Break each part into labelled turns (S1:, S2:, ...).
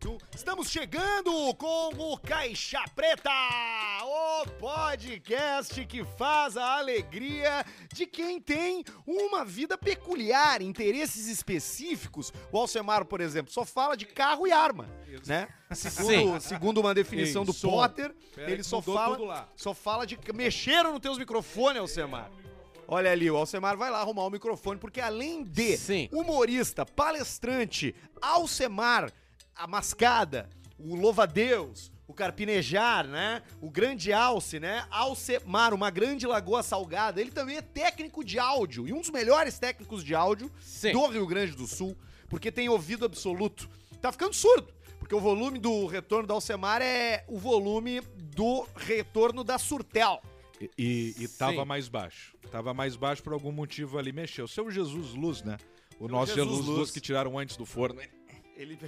S1: Tu- Estamos chegando com o Caixa Preta, o podcast que faz a alegria de quem tem uma vida peculiar, interesses específicos. O Alcemar, por exemplo, só fala de carro e arma, né? Segundo, segundo uma definição do
S2: Isso.
S1: Potter,
S2: Pera
S1: ele
S2: que
S1: só
S2: mudou
S1: fala,
S2: tudo lá. É,
S1: só fala de mexeram nos teus microfones, Alcemar. Olha ali, o Alcemar vai lá arrumar o microfone, porque além de
S3: Sim.
S1: humorista, palestrante, Alcemar, a mascada, o louva-deus, o carpinejar, né? O grande alce, né? Alcemar, uma grande lagoa salgada. Ele também é técnico de áudio e um dos melhores técnicos de áudio
S3: Sim.
S1: do Rio Grande do Sul, porque tem ouvido absoluto. Tá ficando surdo, porque o volume do retorno da Alcemar é o volume do retorno da Surtel.
S2: E, e, e tava
S3: Sim.
S2: mais baixo. Tava mais baixo por algum motivo ali. Mexeu. Seu Jesus Luz, né? O nosso
S1: Jesus
S2: Jesus, Luz,
S1: Luz
S2: que tiraram antes do forno.
S1: Ele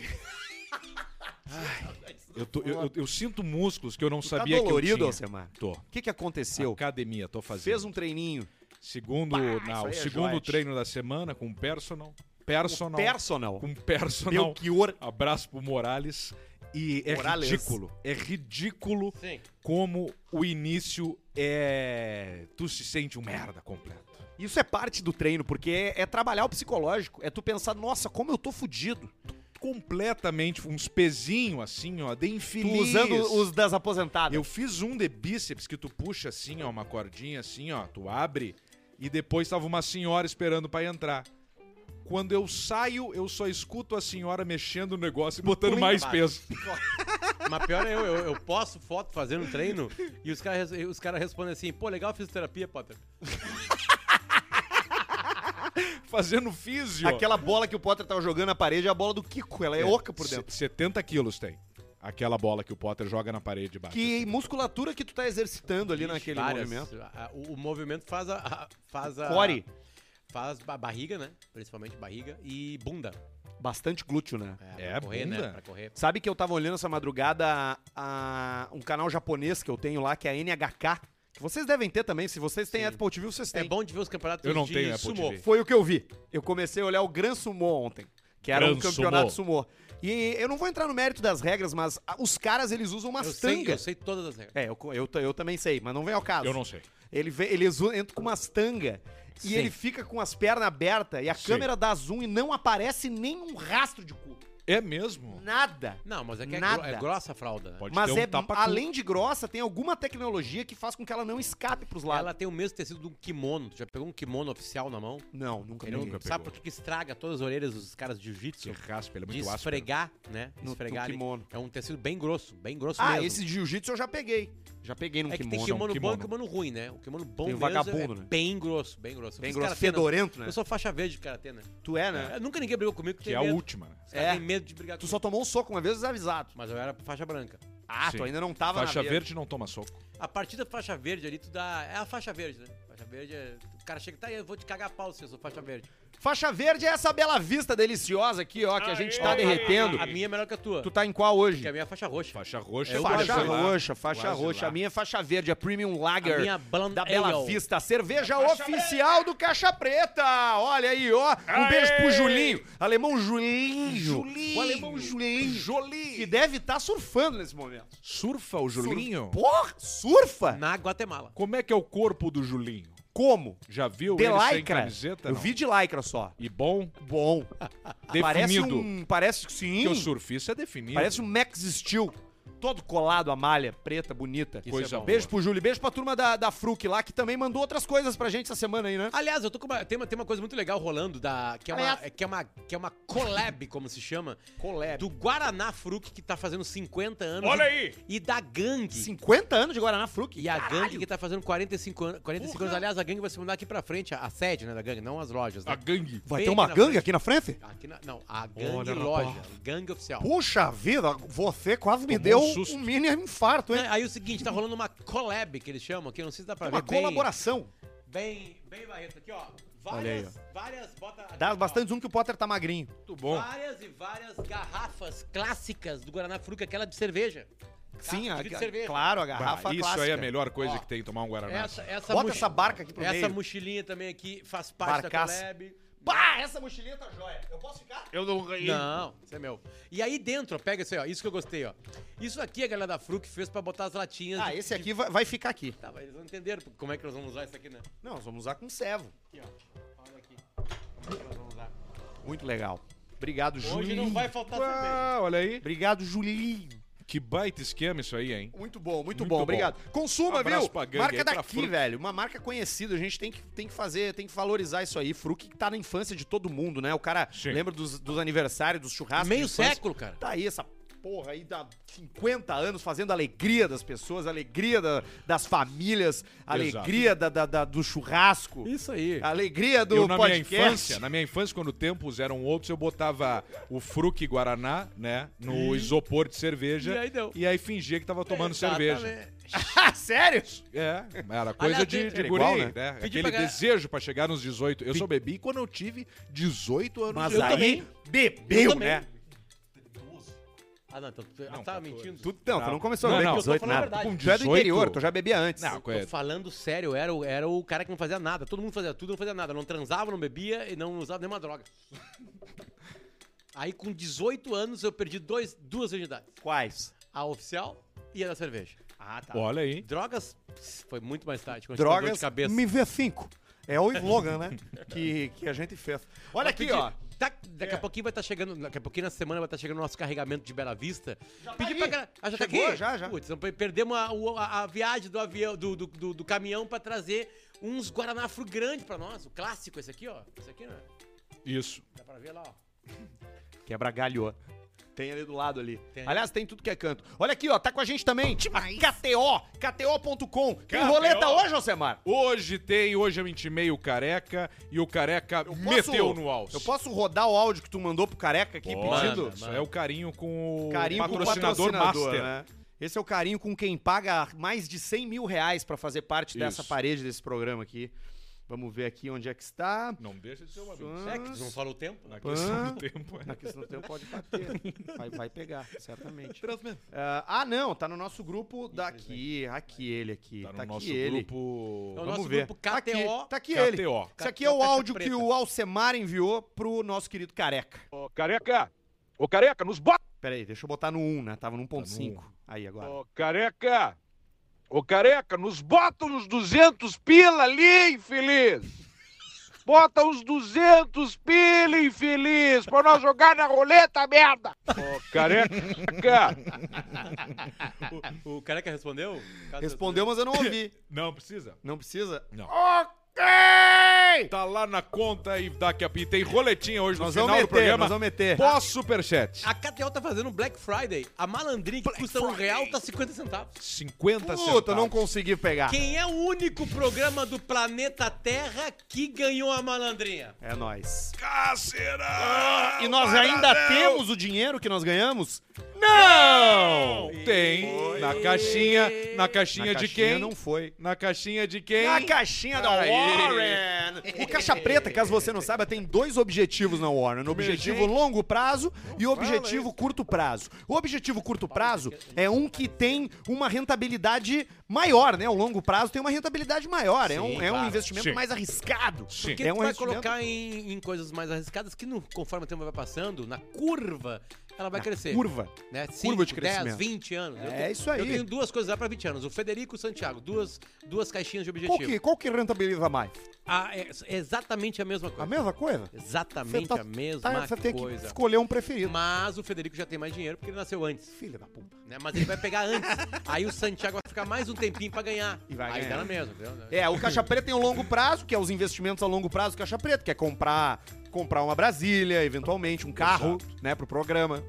S2: Eu, tô- eu- eu- eu sinto músculos que eu não
S1: Tu
S2: sabia
S1: tá
S2: que
S1: dolorido,
S2: eu tinha. Ah,
S1: Alcemar.
S2: Tô.
S1: O que, que aconteceu?
S2: Academia, tô fazendo.
S1: Fez um treininho.
S2: Segundo, não,
S1: isso aí é
S2: segundo
S1: joia.
S2: treino da semana com personal. Personal.
S1: Personal.
S2: Com personal.
S1: Belchior.
S2: Abraço pro Morales. E é
S1: Morales.
S2: ridículo. É ridículo
S3: Sim.
S2: como o início é. Tu se sente um merda completo.
S1: Isso é parte do treino, porque é, é trabalhar o psicológico. É tu pensar, nossa, como eu tô fudido.
S2: Completamente uns pezinhos assim, ó, de
S1: Tu
S2: infeliz.
S1: usando os das aposentadas.
S2: Eu fiz um de bíceps que tu puxa assim, ó, uma cordinha assim, ó, tu abre e depois tava uma senhora esperando pra entrar. Quando eu saio, eu só escuto a senhora mexendo o negócio e botando
S1: punho
S2: mais
S1: embaixo.
S2: peso.
S3: Mas pior é eu, eu, eu posto foto fazendo treino e os caras os cara respondem assim, pô, legal a fisioterapia, Potter.
S2: Fazendo físio.
S1: Aquela bola que o Potter tava jogando na parede é a bola do Kiko. Ela é, oca por
S2: Se-
S1: dentro.
S2: 70 quilos tem. Aquela bola que o Potter joga na parede baixo.
S1: Que musculatura que tu tá exercitando ali naquele
S3: Várias.
S1: movimento.
S3: A- a- O, o movimento faz a... a- faz a
S1: Core.
S3: Faz a barriga, né? Principalmente barriga e bunda.
S1: Bastante glúteo, né?
S2: É,
S3: pra correr, né?
S2: bunda.
S3: Pra correr.
S1: Sabe que eu tava olhando essa madrugada a- a- um canal japonês que eu tenho lá, que é a NHK. Que vocês devem ter também. Se vocês têm
S3: Sim.
S1: Apple TV, vocês têm.
S3: É bom de ver os campeonatos
S2: Eu não
S3: de
S2: tenho é, Apple
S3: sumo.
S2: TV.
S1: Foi o que eu vi. Eu comecei a olhar o Gran Sumo ontem, que era um
S2: Gran
S1: campeonato sumô. E eu não vou entrar no mérito das regras, mas ah, os caras eles usam umas
S3: Eu sei, eu
S1: tangas.
S3: sei todas as regras.
S1: É, eu, co- eu, ta- eu também sei, mas não vem ao caso.
S2: Eu não sei.
S1: Ele vem, eles u- entram com umas tanga e
S3: Sim.
S1: ele fica com as pernas abertas e a
S2: Sim.
S1: câmera dá zoom e não aparece nenhum rastro de cu.
S2: É mesmo?
S1: Nada.
S3: Não, mas é que é,
S1: Nada.
S3: gro- é grossa a fralda, né?
S2: Pode
S1: Mas
S2: ter um
S1: é,
S2: tapa
S1: além de grossa, tem alguma tecnologia que faz com que ela não escape pros lados.
S3: Ela tem o mesmo tecido de um kimono. Tu já pegou um kimono oficial na mão?
S1: Não, nunca
S3: Ele
S1: peguei.
S3: não
S2: nunca pegou.
S3: sabe por que que estraga todas as orelhas dos caras de
S2: que
S3: jiu-jitsu?
S2: raspa, ele é
S3: De
S2: muito áspero.
S3: esfregar, né?
S1: No- no
S3: esfregar. ali.
S1: kimono.
S3: É um tecido bem grosso, bem grosso
S1: Ah,
S3: mesmo.
S1: esse de jiu-jitsu eu já peguei. Já peguei num
S3: é que tem
S1: kimono.
S3: kimono, bom
S2: kimono.
S3: e kimono ruim, né? O kimono bom
S1: Tem o
S3: mesmo é-
S1: vagabundo,
S3: é
S1: né?
S3: bem grosso, bem grosso. Eu
S1: Bem
S3: fiz
S1: grosso,
S3: karatê na-
S1: fedorento, né?
S3: Eu sou faixa verde de karatê, né?
S1: Tu é, né?
S3: É, Nunca ninguém brigou comigo,
S2: Que
S3: tem
S2: é a
S3: medo.
S2: última, né?
S3: Os caras
S1: É.
S3: têm medo de brigar
S1: Tu
S3: comigo.
S1: só tomou um soco uma vez desavisado.
S3: Mas eu era faixa branca.
S1: Ah,
S2: Sim.
S1: tu ainda não tava
S2: Faixa
S1: na beira.
S2: verde não toma soco.
S3: A partir da faixa verde ali, tu dá... É a faixa verde, né? Faixa verde é... O cara chega e tá aí, eu vou te cagar a pau se eu sou faixa verde.
S1: Faixa verde é essa bela vista deliciosa aqui, ó, que a gente tá derretendo.
S3: A minha é melhor que a tua.
S1: Tu tá em qual
S3: Porque
S1: hoje?
S3: a minha é faixa roxa.
S2: Faixa roxa.
S3: É
S2: é
S3: o
S2: quase
S1: Faixa
S2: lá.
S1: roxa, faixa
S2: Quase
S1: roxa.
S2: lá.
S1: A minha é faixa verde, a Premium Lager
S3: A minha é Blonde
S1: da Bela
S3: Ale.
S1: Vista, a cerveja oficial do Caixa Preta. Olha aí, ó. Um beijo pro Julinho, alemão Julinho.
S2: Julinho.
S1: O alemão Julinho.
S2: Jolie.
S1: Que deve estar surfando nesse momento.
S2: Surfa o Julinho?
S1: Porra, surfa?
S3: Na Guatemala.
S2: Como é que é o corpo do Julinho?
S1: Como?
S2: Já viu
S1: De
S2: ele sem
S1: lycra.
S2: camiseta?
S1: Eu
S2: não?
S1: vi de lycra só.
S2: E bom,
S1: Bom. Parece
S2: definido.
S1: um, parece sim.
S2: Porque o surfista é definido.
S1: Parece um Max Steel. Todo colado, a malha, preta, bonita.
S3: Isso
S2: Coisa
S3: é bom.
S1: Beijo pro Júlio, beijo pra turma da, da Fruc lá, que também mandou outras coisas pra gente essa semana aí, né?
S3: Aliás, eu tô com uma, tem, uma, tem uma coisa muito legal rolando, da, que, é uma,
S1: Aliás.
S3: que, é uma, que é uma collab, como se chama,
S1: Collab.
S3: do Guaraná Fruc, que tá fazendo 50 anos.
S2: Olha
S3: e-
S2: aí!
S3: E da gangue.
S1: 50 anos de Guaraná Fruc.
S3: E a gangue que tá fazendo 45 anos. 45 anos. Aliás, a gangue vai se mudar aqui pra frente, a, a sede, né, da gangue, não as lojas, né?
S2: A gangue.
S1: Vai
S3: bem
S1: ter uma
S3: aqui na
S1: gangue
S3: frente.
S1: aqui na frente?
S3: Aqui na- não, a gangue
S2: Olha,
S3: loja,
S2: rapaz.
S3: gangue oficial.
S1: Puxa vida, você quase me
S2: Tomou
S1: deu
S2: um
S1: um,
S2: susto.
S1: mini infarto, hein?
S3: Aí é o seguinte, tá rolando uma collab que eles chamam, que eu não sei se dá pra
S1: Uma
S3: ver bem-
S1: colaboração.
S3: Bem, bem, Barreto, aqui ó,
S1: Olha aí,
S3: várias, várias, bota...
S1: Dá
S3: aqui, ó.
S1: bastante zoom que o Potter tá magrinho.
S2: Muito bom.
S3: Várias e várias garrafas clássicas do Guaraná Fruca, aquela de cerveja.
S1: Sim, a,
S3: de vidro de cerveja.
S1: claro, a garrafa
S2: Bah, isso
S1: clássica.
S2: aí é a melhor coisa
S3: Ó,
S2: que tem, tomar um Guaraná.
S3: Essa, essa
S1: Bota
S3: mochi-
S1: essa barca aqui pro
S3: Essa
S1: meio.
S3: mochilinha também aqui faz parte
S1: Barcaça.
S3: da collab.
S1: Pá, essa mochilinha tá joia. Eu posso ficar?
S2: Eu não ganhei.
S3: Não, isso é meu. E aí dentro, ó, pega isso aí, ó. Isso que eu gostei, ó. Isso aqui a galera da Fruc fez pra botar as latinhas.
S1: Ah,
S3: de-
S1: esse aqui vai, vai ficar aqui.
S3: Tá, mas eles não entenderam como é que nós vamos usar isso aqui, né?
S1: Não, nós vamos usar com servo.
S3: Aqui, ó. Olha aqui. Como é que nós vamos usar?
S1: Muito legal. Obrigado, Julinho.
S3: Hoje não vai faltar cerveja.
S2: Uau, olha aí.
S1: Obrigado, Julinho.
S2: Que baita esquema isso aí, hein?
S1: Muito bom, muito,
S2: Muito
S1: bom,
S2: bom.
S1: obrigado. Consuma,
S2: Abraço
S1: viu?
S2: pra gangue
S1: marca
S2: aí, pra
S1: daqui,
S2: Fruc.
S1: velho. Uma marca conhecida, a gente tem que, tem que fazer, tem que valorizar isso aí. Fruc que tá na infância de todo mundo, né? O cara
S2: Sim.
S1: lembra dos, dos aniversários, dos churrascos.
S3: Meio
S1: de infância.
S3: século, cara.
S1: Tá aí essa porra aí da 50 anos fazendo a alegria das pessoas, a alegria da- das famílias, a
S2: Exato.
S1: alegria da, da- da- do churrasco,
S3: Isso aí.
S1: a alegria do
S2: eu, na
S1: podcast.
S2: minha infância, né? na minha infância, quando tempos eram outros, eu botava o fruque Guaraná, né? No isopor de cerveja.
S3: E aí deu. É,
S2: e aí fingia que tava tomando cerveja.
S3: Exatamente.
S1: Ah, sério?
S2: É, era coisa
S3: Aliás,
S2: de, de
S1: era
S2: guri,
S1: igual, né?
S2: né?
S3: Pedi
S2: Aquele
S3: pra galera-
S2: desejo pra chegar nos 18. Eu só bebi quando eu tive 18 anos.
S1: Mas
S2: de idade.
S1: aí
S3: também. Eu
S1: bebeu,
S3: também.
S1: né?
S3: Ah, não, então, tu, ah,
S2: Não,
S3: tá
S2: 14.
S3: mentindo.
S1: Tu, não, tu não começou
S2: Não,
S1: a beber
S2: não,
S1: com
S2: eu
S3: tô
S1: 18
S3: falando a
S1: nada.
S3: verdade.
S1: Tu é do
S2: 18.
S1: interior, tu já bebia antes.
S2: Não,
S3: Tô
S2: coisa.
S3: falando sério, eu era, o- era o cara que não fazia nada. Todo mundo fazia tudo, não fazia nada. Não transava, não bebia e não usava nenhuma droga. Aí com 18 anos eu perdi dois, duas virgindades.
S1: Quais?
S3: A oficial e a da cerveja.
S1: Ah, tá.
S2: Olha aí.
S3: Drogas pss, foi muito mais tarde. quando eu tive dor
S1: Drogas
S3: de cabeça.
S1: me vê 5. É o slogan, né? que, que a gente fez. Olha
S3: Vou
S1: aqui,
S3: pedir-
S1: ó. É.
S3: Tá- daqui a pouquinho vai estar chegando, daqui a pouquinho na semana vai estar chegando o nosso carregamento de Bela Vista.
S1: tá
S3: Pedi
S1: aí.
S3: pra galera. Ah, já tá
S1: Chegou,
S3: aqui?
S1: já, já.
S3: Putz, então per- perdemos a, o- a- a viagem do avião, do, do, do- do caminhão pra trazer uns Guaraná Fru grande pra nós. O clássico, esse aqui, ó. Esse aqui, né?
S2: Isso.
S3: Dá pra ver lá, ó.
S1: Quebra galho. Tem ali do lado ali.
S3: Tem.
S1: Aliás, tem tudo que é canto. Olha aqui, ó, tá com a gente também. A KTO, KTO.com. Tem roleta hoje, Alcemar?
S2: Hoje tem, hoje eu intimei o careca e o careca meteu no alce.
S1: Eu posso rodar o áudio que tu mandou pro careca aqui
S2: Pode.
S1: pedindo?
S2: Isso é o carinho com o
S1: Carinho com o
S2: patrocinador, master.
S1: né? Esse é o carinho com quem paga mais de 100 mil reais pra fazer parte dessa
S2: Isso.
S1: parede desse programa aqui. Vamos ver aqui onde é que está.
S2: Não deixa de ser uma
S1: Só-
S3: É que tu não fala o tempo.
S2: Na questão
S1: Pã.
S2: do um tempo. é.
S1: Na questão do tempo pode bater. Vai, vai pegar, certamente. Ah, ah, não, tá no nosso grupo daqui. Aqui ele aqui.
S2: Tá
S1: Tá,
S2: no
S1: aqui
S2: nosso
S1: ele.
S2: grupo.
S3: É o
S1: Vamos
S3: nosso
S1: ver.
S3: grupo
S1: Tá aqui,
S3: KTO.
S1: Tá aqui, ele.
S2: KTO.
S1: Esse aqui é o
S3: Caixa
S1: áudio
S3: preta.
S1: que o Alcemar enviou pro nosso querido Careca.
S2: Ô, careca! Ô, careca, nos bota!
S1: Pera aí, deixa eu botar no 1, né? Tava no 1.5.
S2: Tá
S1: aí, agora.
S2: Ô, careca! Ô, careca, nos bota uns 200 pila ali, infeliz! Bota uns 200 pila, infeliz, pra nós jogar na roleta, merda! Ô, careca!
S3: O, o careca respondeu? Caso-
S1: Respondeu, mas eu não ouvi.
S2: Não precisa.
S1: Não precisa?
S2: Não.
S1: Ok!
S2: Tá lá na conta e daqui a pouco tem roletinha hoje
S1: Nós
S2: no
S1: vamos
S2: final
S1: meter,
S2: do programa.
S1: nós vamos meter.
S2: Pós-superchat.
S3: A KTO tá fazendo um Black Friday. A malandrinha que custa um real tá 50 centavos.
S2: 50
S1: Puta, eu não
S2: centavos.
S1: consegui pegar.
S3: Quem é o único programa do planeta Terra que ganhou a malandrinha?
S1: É nóis.
S2: Cacera!
S1: Ah, E nós ainda temos o dinheiro que nós ganhamos?
S2: Não! Tem na caixinha, na caixinha
S1: Na
S2: de
S1: caixinha
S2: quem?
S1: Não foi.
S2: Na caixinha de quem?
S1: Na caixinha da
S2: Aê.
S1: Warren! O Caixa Preta, caso você não saiba, tem dois objetivos na Warren: o objetivo
S2: gente.
S1: longo prazo e o objetivo curto prazo. O objetivo curto prazo é um que tem uma rentabilidade maior, né? O longo prazo tem uma rentabilidade maior, é um, é um
S3: claro.
S1: investimento
S2: Sim.
S1: mais arriscado.
S2: Sim.
S3: Porque
S1: É
S3: tu
S1: um
S3: vai
S1: investimento-
S3: colocar em, em coisas mais arriscadas que, no, conforme o tempo vai passando, na curva, ela vai crescer.
S1: Curva.
S3: Né?
S1: curva de
S3: 10,
S1: crescimento.
S3: 20 anos. Eu
S1: É
S3: tenho-
S1: isso aí.
S3: Eu tenho duas coisas lá pra 20 anos. O Federico e o Santiago. Duas, duas caixinhas de
S1: Qual
S3: objetivo.
S1: que, qual que rentabiliza mais?
S3: Ah, é é exatamente a mesma
S1: A
S3: coisa.
S1: mesma coisa?
S3: Exatamente
S1: tá-
S3: a mesma
S1: você tem que
S3: coisa.
S1: escolher um preferido.
S3: Mas o Federico já tem mais dinheiro porque ele nasceu antes.
S1: Filha da puta.
S3: né? Mas ele vai pegar antes. Aí o Santiago vai ficar mais um tempinho pra ganhar.
S1: E vai
S3: Aí
S1: ganhar.
S3: dá na mesma, entendeu?
S1: É, o Caixa Preta tem o longo prazo, que é os investimentos a longo prazo do Caixa Preta, que é comprar, comprar uma Brasília, eventualmente, um carro, né, pro programa.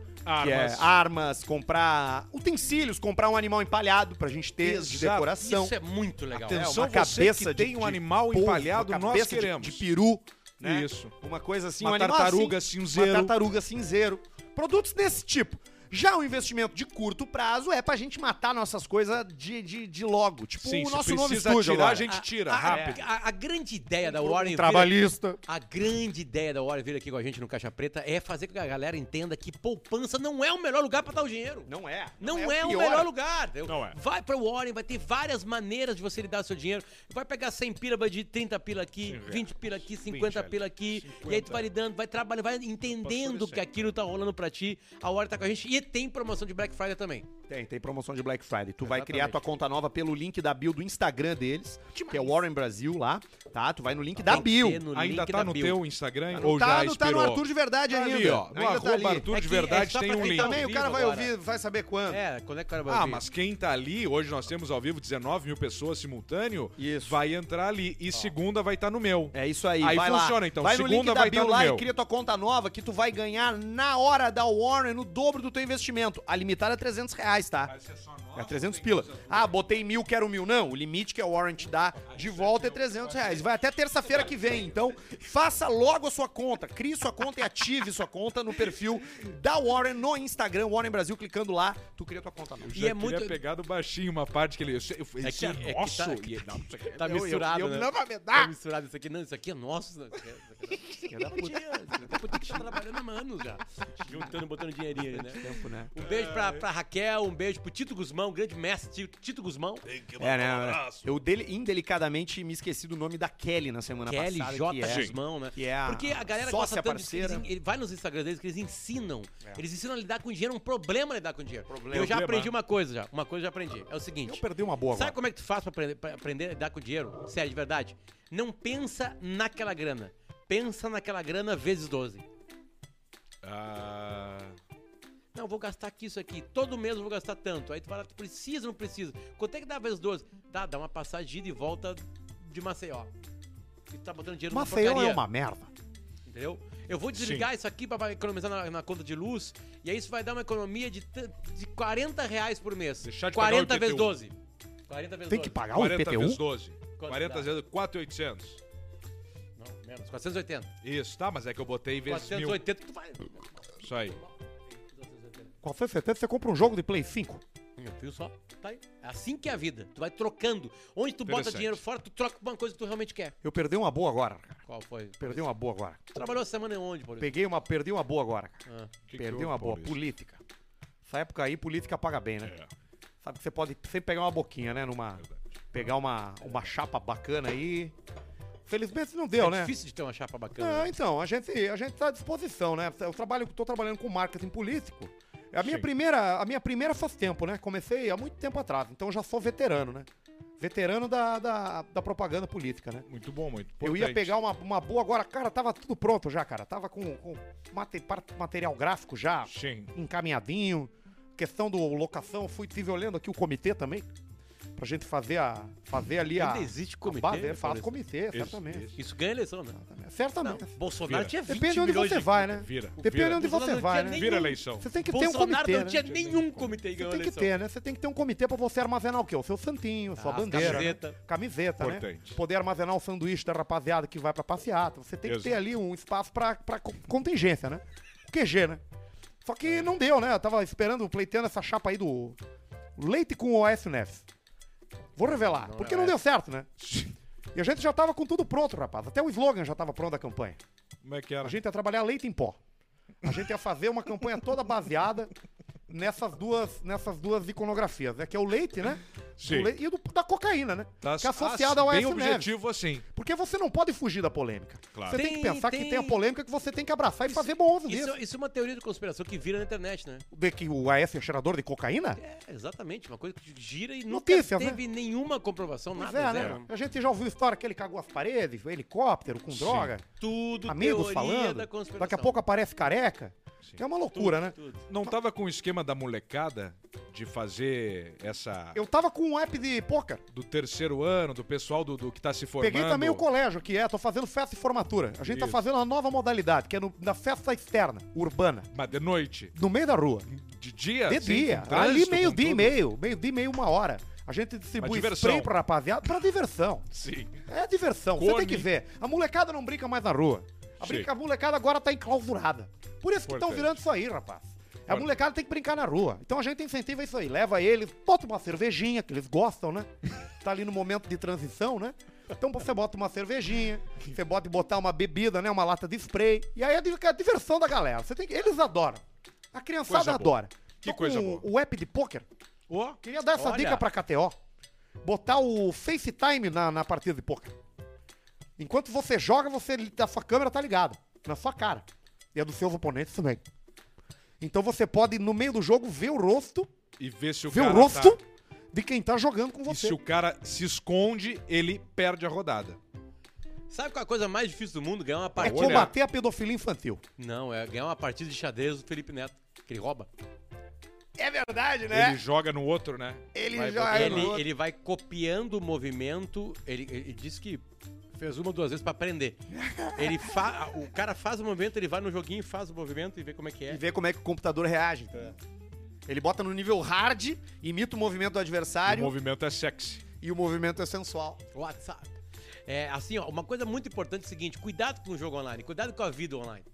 S1: Que é
S2: Armas.
S1: armas, comprar utensílios, comprar um animal empalhado pra gente ter de
S2: Exato.
S1: decoração.
S3: Isso é muito legal.
S1: É,
S2: Atenção, você que tem um animal
S1: polvo,
S2: empalhado,
S1: uma
S2: nós
S1: cabeça de-
S2: queremos.
S1: De, peru, né?
S2: Isso.
S1: Uma coisa assim,
S2: Uma
S1: um animal
S2: tartaruga
S1: assim,
S2: cinzeiro.
S1: Uma tartaruga cinzeiro. Produtos desse tipo. Já o investimento de curto prazo é pra gente matar nossas coisas de, de, de logo. Tipo,
S2: Sim,
S1: o
S2: se
S1: nosso novo
S2: precisa
S1: estúdio
S2: tirar, Ah, é.
S1: agora.
S2: a gente tira,
S3: É a,
S2: rápido.
S3: a- a grande ideia
S1: Um
S3: da Warren vir,
S1: Trabalhista.
S3: a grande ideia da Warren vir aqui com a gente no Caixa Preta é fazer com que a galera entenda que poupança não é o melhor lugar pra dar o dinheiro.
S1: Não é.
S3: Não, é, o
S1: pior.
S3: melhor lugar. Eu-
S2: Não é.
S3: Vai pra Warren, vai ter várias maneiras de você lidar com o seu dinheiro. Vai pegar 100 pila, vai de 30 pila aqui,
S2: Sim, é.
S3: 20 pila aqui, 50
S2: ali,
S3: pila aqui. E aí
S2: 50.
S3: tu vai lidando, vai trabalhando, vai entendendo
S2: Passou de
S3: que
S2: 100.
S3: aquilo tá rolando pra ti. A Warren tá com a gente e tem promoção de Black Friday também.
S1: Tem, tem promoção de Black Friday. Tu vai
S3: Exatamente.
S1: criar tua conta nova pelo link da bio do Instagram deles, que é Warren Brasil lá, tá? Tu vai no link da
S3: Tem que
S1: bio.
S3: ser no
S2: Ainda
S3: link
S2: tá
S3: da
S2: no
S3: bio.
S2: teu Instagram?
S1: Tá no-
S2: ou
S1: tá,
S2: já
S1: no,
S2: expirou?
S1: tá no Arthur de Verdade
S2: Tá
S1: ainda.
S2: ali, ó. No
S1: Ainda tá
S2: arroba
S1: ali.
S2: Arthur
S3: É
S2: de
S3: que é
S2: verdade
S3: só
S2: tem
S3: pra
S2: um
S3: quem
S2: link.
S3: tá ao
S1: Também o
S3: vivo
S1: cara vai
S3: agora.
S1: ouvir, vai saber quando.
S3: É, quando é que o cara vai
S2: Ah,
S3: ouvir?
S2: mas quem tá ali, hoje nós temos ao vivo 19 mil pessoas simultâneo,
S1: Isso.
S2: vai entrar ali. E segunda vai estar no meu.
S1: É isso aí,
S2: Aí
S1: vai lá.
S2: funciona, então.
S1: Vai no
S2: Segunda
S1: link da
S2: vai
S1: bio
S2: tá no
S1: lá e
S2: meu.
S1: cria tua conta nova que tu vai ganhar na hora da Warren o dobro do teu investimento. A limitada é 300 reais, tá? É 300 pila. Ah, botei mil, quero mil. Não, o limite que a Warren te dá de volta é 300 reais. Vai até terça-feira que vem. Então, faça logo a sua conta. Crie sua conta e ative sua conta no perfil da Warren no Instagram, Warren Brasil. Clicando lá, tu cria tua conta nova.
S2: Eu
S3: E
S2: já
S3: é muito-
S2: queria pegar do baixinho uma parte que ele... Eu, sei- eu,
S3: É
S2: isso
S3: que-
S2: é
S3: é que
S2: nosso.
S3: tá- é que
S2: e- não, isso aqui é-
S3: Tá
S1: eu- eu-
S3: misturado,
S1: eu-
S3: né?
S1: não vai me dar.
S3: Tá misturado isso aqui. Não, isso aqui é nosso. Isso aqui é, isso aqui é- isso aqui é da putinha. Isso aqui é tá trabalhando há anos já. Juntando, botando dinheirinho, né?
S1: Tempo, né?
S3: Um beijo pra, pra Raquel, um beijo pro Tito Guzmão, grande mestre Tito, Tito Guzmão.
S2: um
S1: É,
S3: um
S1: né? Eu dele- indelicadamente me esqueci do nome da Kelly na semana
S3: Kelly
S1: passada.
S3: J.
S1: que é-
S3: Guzmão, né?
S1: que é a
S3: Porque a galera
S1: sócia
S3: gosta tanto disso que eles,
S1: parceira. É.
S3: en- ele vai nos Instagrams deles que eles ensinam. Eles ensinam a lidar com dinheiro, é um problema lidar com dinheiro.
S1: Problema.
S3: Eu já
S2: Problema.
S3: aprendi uma coisa já, uma coisa eu já aprendi. É o seguinte,
S1: Eu perdi uma boa
S3: Sabe
S1: agora.
S3: como é que tu faz pra aprender, pra aprender a lidar com dinheiro? Sério, de verdade. Não pensa naquela grana. Pensa naquela grana vezes 12.
S2: Ah,
S3: Não, vou gastar aqui isso aqui. Todo mês eu vou gastar tanto. Aí tu fala, tu precisa, não precisa. Quanto é que dá vezes 12? Dá, dá uma passagem de ida e volta de Maceió. E tu tá botando dinheiro
S1: Uma
S3: numa
S1: feiola
S3: porcaria.
S1: é uma merda.
S3: Entendeu? Eu vou desligar isso aqui pra pra economizar na, na conta de luz. E aí isso vai dar uma economia de, tan- de 40 reais por mês.
S2: Deixar de pagar um. o
S3: 40 vezes
S2: IPTU.
S3: 12. 40 vezes
S1: Tem que
S3: 12.
S1: pagar Tá, o
S2: 40 vezes
S1: IPTU?
S2: 12.
S3: Quanto
S2: 40
S3: dá?
S2: vezes 4,800.
S3: Não, menos. 480.
S2: Isso, tá? Mas é que eu botei vezes mil.
S3: 480, tu vai.
S2: Isso aí.
S1: Qual foi você Você compra um jogo de Play 5.
S3: Meu filho só, tá aí. É assim que é a vida. Tu vai trocando. Onde tu bota
S2: Interessante.
S3: dinheiro fora, tu troca por uma coisa que tu realmente quer.
S1: Eu perdi uma boa agora. cara.
S3: Qual foi? Tu
S1: Perdi uma boa agora.
S3: trabalhou essa semana em onde, Paulinho?
S1: Peguei uma, perdi uma boa agora. cara.
S3: Ah.
S2: Que que
S1: perdi
S2: houve,
S1: uma boa.
S2: Paulista?
S1: Política. Essa época aí, política paga bem, né?
S2: É.
S1: Sabe que você pode sempre pegar uma boquinha, né? Numa, pegar uma, uma chapa bacana aí. Felizmente não deu,
S3: é
S1: né?
S3: difícil de ter uma chapa bacana. né?
S1: Não, então, a gente, a gente tá à disposição, né? Eu trabalho, tô trabalhando com marketing político. É A minha
S2: Sim.
S1: primeira, a minha primeira faz tempo, né? Comecei há muito tempo atrás, então eu já sou veterano, né? Veterano da, da, da propaganda política, né?
S2: Muito bom, muito
S1: Eu ia
S2: importante.
S1: pegar uma, uma boa agora, cara, tava tudo pronto já, cara. Tava com, com mate- parte- material gráfico já
S2: Sim.
S1: encaminhadinho. Questão do locação, fui, estive olhando aqui o comitê também, pra gente fazer a fazer ali a...
S3: Ainda existe
S1: a
S3: comitê,
S1: base, é,
S3: né,
S1: faz
S3: Paulista?
S1: comitê,
S2: Esse-
S1: certamente.
S2: esse.
S3: Isso ganha eleição, né? Não,
S1: Certamente.
S3: Bolsonaro
S2: Vira.
S3: tinha 20
S1: Depende de onde
S3: É milhões
S1: você
S3: de- é
S1: vai, né?
S2: Vira.
S1: Depende
S2: vira.
S1: de onde você
S3: Bolsonaro Então, não
S1: vai,
S3: tinha
S1: né?
S3: nem-
S2: Vira a eleição.
S1: Você tem que ter um
S3: Bolsonaro
S1: comitê,
S3: não
S1: né?
S3: tinha nenhum comitê que
S1: Você
S3: ganhou
S1: tem que
S3: eleição.
S1: ter, né? Você tem que ter um comitê pra você armazenar o quê? O seu santinho, a sua
S3: As
S1: bandeira.
S3: Ah, camiseta.
S1: né? Camiseta,
S2: Importante.
S1: né? Poder armazenar o sanduíche da rapaziada que vai pra passeata. Você tem que ter
S2: Exato.
S1: ali um espaço pra, pra co- contingência, né? O QG, né? Só que não deu, né? Eu tava esperando, pleiteando essa chapa aí do leite com OS Neves. Vou revelar,
S3: Não
S1: porque
S3: é
S1: não
S3: o
S1: deu certo, né? E a gente já tava com tudo pronto, rapaz. Até o slogan já tava pronto da campanha.
S2: Como é que
S1: A
S2: era?
S1: gente ia trabalhar leite em pó. A gente ia fazer uma campanha toda baseada nessas duas, nessas duas iconografias, né? Que é o leite, né?
S2: Sim.
S1: Do leite e do- da cocaína, né?
S2: Tá
S1: que é associada ao
S2: bem
S1: S Neves.
S2: objetivo assim.
S1: Porque você não pode fugir da polêmica.
S2: Claro.
S1: Você tem, que
S3: Tem-
S1: pensar que
S3: tem-
S1: tem a polêmica que você tem que abraçar e fazer bom uso disso.
S3: Isso, isso é uma teoria de conspiração que vira na internet, né?
S1: De que o AS é cheirador de cocaína?
S3: É, exatamente. Uma coisa que gira e
S1: Notícias, né?
S3: nunca teve nenhuma comprovação,
S1: Pois
S3: nada,
S1: é,
S3: zero.
S1: né? A gente já ouviu história que ele cagou as paredes, o helicóptero com droga,
S3: Tudo
S1: amigos
S3: teoria
S1: falando.
S3: da conspiração.
S1: Daqui a pouco aparece careca.
S2: Sim.
S1: É uma loucura, né?
S3: Tudo.
S2: Não tava com o esquema da molecada de fazer essa.
S1: Eu tava com um app de poker.
S2: Do terceiro ano, do pessoal do, do que tá se formando.
S1: Peguei também o colégio, que é, tô fazendo festa e formatura. A gente tá
S2: Isso.
S1: fazendo uma nova modalidade, que é no- na festa externa, urbana,
S2: Mas de noite.
S1: no meio da rua.
S2: De dia?
S1: De
S2: assim,
S1: dia.
S2: com
S1: Ali
S2: trânsito, com
S1: meio-dia e
S2: tudo.
S1: meio. Meio-dia e meio, uma hora. A gente distribui
S2: diversão.
S1: spray pra rapaziada pra diversão.
S2: Sim.
S1: É diversão, você
S2: Cone.
S1: tem que ver. A molecada não brinca mais na rua. A,
S2: Sim.
S1: brinca- a molecada agora tá enclausurada. Por isso que estão
S2: Importante.
S1: virando isso aí, rapaz. A molecada tem que brincar na rua. Então a gente incentiva isso aí. Leva eles, bota uma cervejinha, que eles gostam, né? Tá ali no momento de transição, né? Então você bota uma cervejinha, você bota botar uma bebida, né? Uma lata de spray. E aí é di- é a diversão da galera. Você tem que- Eles adoram. A criançada
S2: Coisa boa.
S1: adora.
S2: Que
S1: Tô com
S2: coisa boa.
S1: O app de pôquer.
S2: Ó,
S1: Queria dar essa
S3: Olha.
S1: dica pra KTO. Botar o FaceTime na, na partida de pôquer. Enquanto você joga, você, a sua câmera tá ligada. Na sua cara. E a dos seus oponentes também. Então você pode, no meio do jogo, ver o rosto,
S2: e ver se o
S1: ver
S2: cara.
S1: o rosto
S2: tá-
S1: de quem tá jogando com
S2: E se
S1: você.
S2: o cara se esconde, ele perde a rodada.
S3: Sabe qual é a coisa mais difícil do mundo? Ganhar uma
S1: É
S2: olhar.
S3: partida.
S2: como-
S1: combater a pedofilia infantil.
S3: Não, é ganhar uma partida de xadrez do Felipe Neto, que ele rouba.
S1: É verdade,
S2: Ele joga no outro, né?
S1: Ele
S2: Vai
S1: joga-
S2: botar-
S1: Aí
S3: ele,
S1: no outro-
S3: ele vai copiando o movimento. Ele, ele disse que fez uma ou duas vezes pra aprender. Ele fa- o cara faz o movimento, ele vai no joguinho, faz o movimento e vê como é que
S1: E
S3: é.
S1: ver como é que o computador reage.
S2: É.
S1: Ele bota no nível hard, imita o movimento do
S2: O
S1: adversário
S2: movimento é sexy.
S1: e o movimento é sensual.
S3: WhatsApp. É, assim, ó, uma coisa muito importante é o seguinte: cuidado com o jogo online, cuidado com a vida online.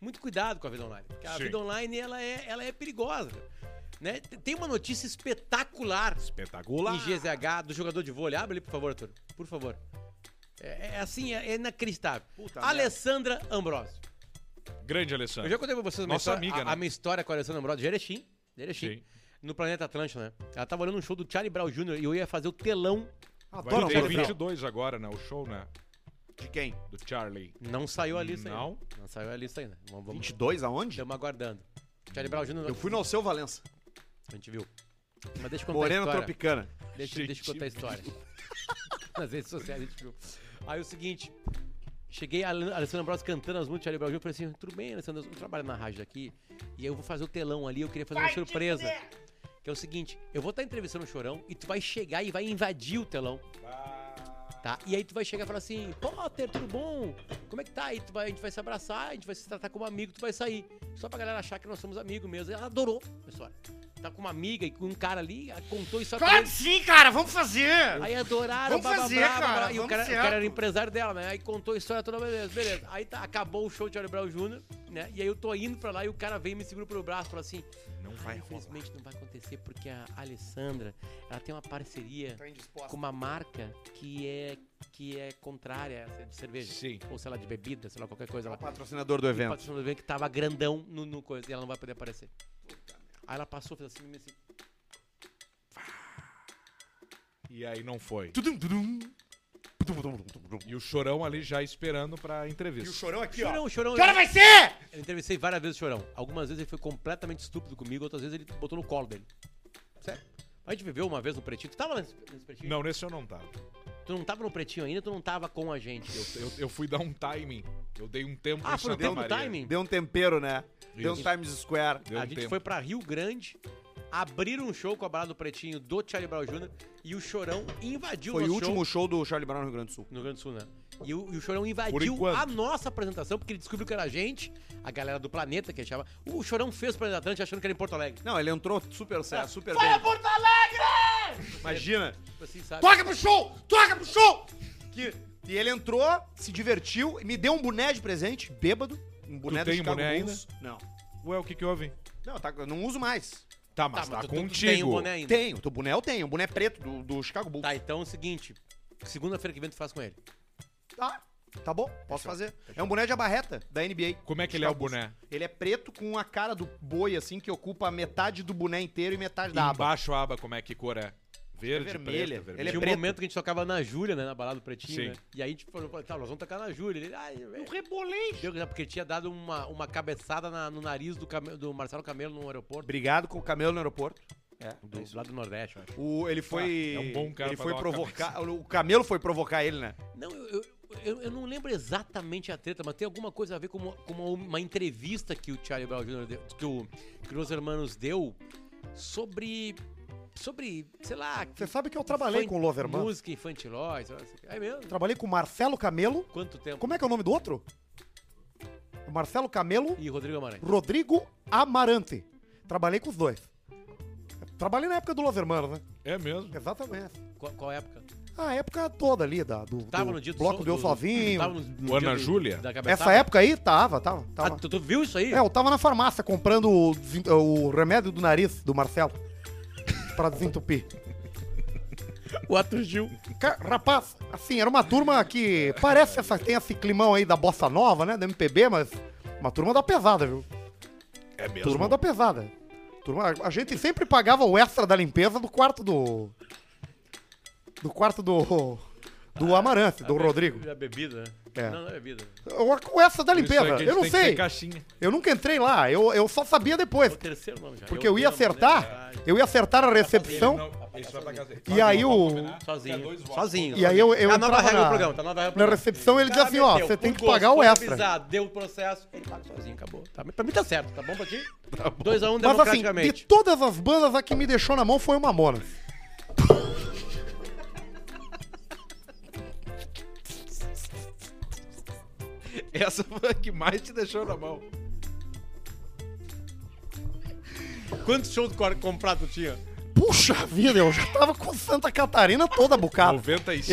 S3: Muito cuidado com a vida online. Porque a
S2: Sim.
S3: vida online ela é, ela é perigosa. Né? T- Tem uma notícia espetacular
S2: Espetacular.
S3: em GZH do jogador de vôlei. Abre ali, por favor, Arthur. Por favor. É, é assim, é, é inacreditável.
S1: Puta
S3: Alessandra Ambrosio.
S2: Grande,
S3: Eu
S2: Alessandro.
S3: já contei pra vocês uma
S2: Nossa
S3: história-
S2: amiga,
S3: a,
S2: né?
S3: a minha história com a Alessandra Ambrosio de Erechim. de Erechim,
S2: Sim.
S3: No Planeta Atlântico, né? Ela tava olhando um show do Charlie Brown Jr. e eu ia fazer o telão.
S2: Vai
S1: Adoro
S2: ter
S1: o
S2: 22 agora, né? O show, né?
S1: De quem?
S2: Do Charlie.
S3: Não saiu a lista
S2: Não.
S3: ainda. Não saiu a lista ainda. Vamos, vamos.
S1: 22 aonde?
S3: Estamos aguardando. Charlie Brown Jr.
S1: Eu fui no Alceu Valença.
S3: A gente viu. Mas deixa eu contar a
S1: Moreno
S3: história.
S1: Tropicana.
S3: Deixa, deixa eu
S2: Gente.
S3: contar a história. Nas redes sociais a gente viu. Aí é o seguinte. Cheguei a Ale- Alessandra Ambrosio cantando as músicas de Charlie Brown Jr. Eu falei assim, tudo bem, Alessandra, eu trabalho na rádio aqui e eu vou fazer o telão ali, eu queria fazer uma surpresa. Que é o seguinte, eu vou estar entrevistando o Chorão e tu vai chegar e vai invadir o telão. Tá? E aí tu vai chegar e falar assim, Potter, tudo bom? Como é que tá? Aí tu vai, a gente vai se abraçar, a gente vai se tratar como amigo, tu vai sair. Só pra galera achar que nós somos amigos mesmo. Ela adorou, pessoal. Tá com uma amiga e com um cara ali, ela contou isso pra
S1: Claro
S3: ele.
S1: que sim, cara, vamos fazer!
S3: Aí adoraram,
S1: Vamos
S3: blá, blá,
S1: fazer,
S3: blá, blá,
S1: cara,
S3: blá. E o
S1: vamos
S3: cara, o
S1: ser
S3: cara era
S1: alto.
S3: empresário dela, né? Aí contou a história toda, beleza, beleza. Aí tá, acabou o show de Charlie Brown Jr., né? E aí eu tô indo pra lá e o cara vem e me segura pelo braço e fala assim:
S2: Não
S3: "Ah,
S2: vai rolar.
S3: Infelizmente não vai acontecer porque a Alessandra, ela tem uma parceria
S1: Tá indisposta.
S3: com uma marca que é, que é contrária a essa de cerveja.
S2: Sim.
S3: Ou sei lá, de bebida, sei lá, qualquer coisa
S1: É
S3: lá.
S1: o patrocinador do
S3: E o
S1: evento.
S3: patrocinador veio que tava grandão no, no coisa e ela não vai poder aparecer. Aí ela passou, fez assim, assim.
S2: E aí não foi.
S1: Tudum, tudum. Tudum, tudum, tudum, tudum.
S2: E o Chorão ali já esperando pra
S1: E o
S2: entrevista.
S1: chorão aqui, ó.
S3: Chorão, chorão.
S1: Que hora vai ser?
S3: Eu entrevistei várias vezes o Chorão. Algumas vezes ele foi completamente estúpido comigo, outras vezes ele botou no colo dele. Sério. A gente viveu uma vez no Pretinho. Tu tava nesse, nesse Pretinho?
S2: Não, nesse eu não tava.
S3: Tu não tava no Pretinho ainda, tu não tava com a gente.
S2: Eu, eu- eu fui dar um timing. Eu dei um tempo
S3: Ah,
S2: em
S3: foi no
S2: Santa
S3: tempo do
S2: Maria.
S3: timing?
S1: Deu um tempero, né? Deu um
S2: Isso.
S1: Times Square.
S2: Deu
S3: a
S2: um
S3: gente
S2: tempo.
S3: foi pra Rio Grande, abriram um show com a Balada do Pretinho do Charlie Brown Jr. E o Chorão invadiu
S1: Foi
S3: o
S1: o
S3: nosso um show
S1: último show do Charlie Brown no Rio Grande do Sul.
S3: no Rio Grande do Sul, né? E o, e o Chorão
S2: Por
S3: invadiu
S2: enquanto.
S3: a nossa apresentação, porque ele descobriu que era a gente, a galera do planeta que achava. O Chorão fez o Planeta Atlântico achando que era em Porto Alegre.
S1: Não, ele entrou super certo, super Vai bem. Vai Porto Alegre! Imagina.
S3: Tipo assim, sabe?
S1: Toca pro show! Toca pro show! Que... E ele entrou, se divertiu, me deu um boné de presente, bêbado. Um boné do
S2: tem
S1: Chicago
S2: boné
S1: Bulls. Não.
S2: Ué, o que que houve?
S1: Não, tá, eu não uso mais.
S2: Tá, mas tá,
S3: tu- tu- tu
S2: contigo.
S3: Tem o boné ainda.
S1: Tenho, o boné eu tenho, o boné preto do, do Chicago Bulls.
S3: Tá, então é o seguinte. Segunda-feira que vem tu faz com ele.
S1: Tá, tá bom, posso fazer. É um boné de abarreta da NBA.
S2: Como é que ele é o boné?
S1: Ele é preto com a cara do boi, assim, que ocupa metade do boné inteiro e metade
S2: E
S1: da aba.
S2: embaixo a aba, como é que cor é? Verde,
S1: vermelha.
S2: preta,
S1: Ele é
S3: Tinha um
S1: preto.
S3: momento que a gente tocava na Júlia, né? Na balada do Pretinho,
S2: Sim.
S3: né? E aí a gente falou, tá, nós vamos tocar na Júlia. Ele, ai, eu
S1: rebolei.
S3: Deu, né, porque ele tinha dado uma, uma cabeçada na- no nariz do, Came- do Marcelo Camelo no aeroporto.
S1: Obrigado com o camelo no aeroporto. É,
S3: Do, do lado do Nordeste, eu acho.
S1: O, ele foi.
S2: Ah, é um bom cara
S1: ele
S2: pra
S1: foi
S2: dar uma
S1: provocar. O camelo foi provocar ele, né?
S3: Não, eu, eu, eu- eu não lembro exatamente a treta, mas tem alguma coisa a ver com uma, com uma, uma entrevista que o Charlie Brown Jr. deu, que o que os Hermanos deu sobre. Sobre, sei lá.
S1: Você sabe que eu trabalhei com Então, o Loverman.
S3: Música infantilóide. sei lá, sei lá. É mesmo?
S1: Trabalhei com o Marcelo Camelo.
S3: Quanto tempo?
S1: Como é que é o nome do outro? O Marcelo Camelo,
S3: E Rodrigo Amarante.
S1: Rodrigo Amarante. Trabalhei com os dois. Trabalhei na época do Los Hermanos, né?
S2: É mesmo?
S1: Exatamente.
S3: Qual, qual época?
S1: A época toda ali da, do,
S3: Tava
S1: do
S3: no dia do
S1: bloco
S3: sol-
S1: do Eu
S3: do-
S1: Sozinho.
S3: Tava no- no
S2: O
S3: dia
S2: Ana
S3: do-
S2: Júlia?
S3: da cabeçada.
S1: Essa época aí tava, tava. tava.
S3: Ah, tu, tu viu isso aí?
S1: É, eu tava na farmácia comprando o, desin- o remédio do nariz do Marcelo. pra desentupir.
S3: O Atos Gil.
S1: Ca- Rapaz, assim, era uma turma que parece essa, tem esse climão aí da bossa nova, né? Da MPB, mas uma turma da pesada, viu?
S2: É mesmo.
S1: Turma da pesada. Turma, a gente sempre pagava o extra da limpeza do quarto do. Do quarto do. Do Amarante, do
S3: A be-
S1: Rodrigo.
S3: A bebida.
S1: É.
S3: Não, não é bebida.
S1: O, o extra da
S2: Isso aí que a
S1: limpeza,
S2: gente
S1: eu não
S2: tem que ter
S1: sei.
S2: caixinha.
S1: Eu nunca entrei lá, eu, eu só sabia
S3: É
S1: depois.
S3: o terceiro nome já.
S1: Porque eu ia
S3: vi uma mulher
S1: acertar,
S3: atrás,
S1: eu ia acertar a recepção.
S2: Não, isso vai pra casa.
S1: Então? E aí o.
S3: Sozinho. Sozinho.
S1: E aí eu, eu
S3: é a nova
S1: entrava
S3: regra do
S1: na-
S3: programa, tá a nova regra
S1: Na
S3: do programa.
S1: recepção ele diz
S3: cara
S1: assim, ó,
S3: meteu,
S1: você tem
S3: por
S1: que
S3: gosto,
S1: pagar o
S3: foi
S1: extra.
S3: avisado, deu o processo, ele paga sozinho, acabou. Tá, pra mim tá certo, tá bom pra ti? 2x1 um
S2: é
S1: Mas assim, de
S3: democraticamente.
S1: todas as bandas, a que me deixou na mão foi o Mamonas.
S2: Essa foi a que mais te deixou na mão.
S3: Quantos shows cor- comprado tu tinha?
S1: Puxa vida, eu já tava com Santa Catarina toda bucada.
S2: 95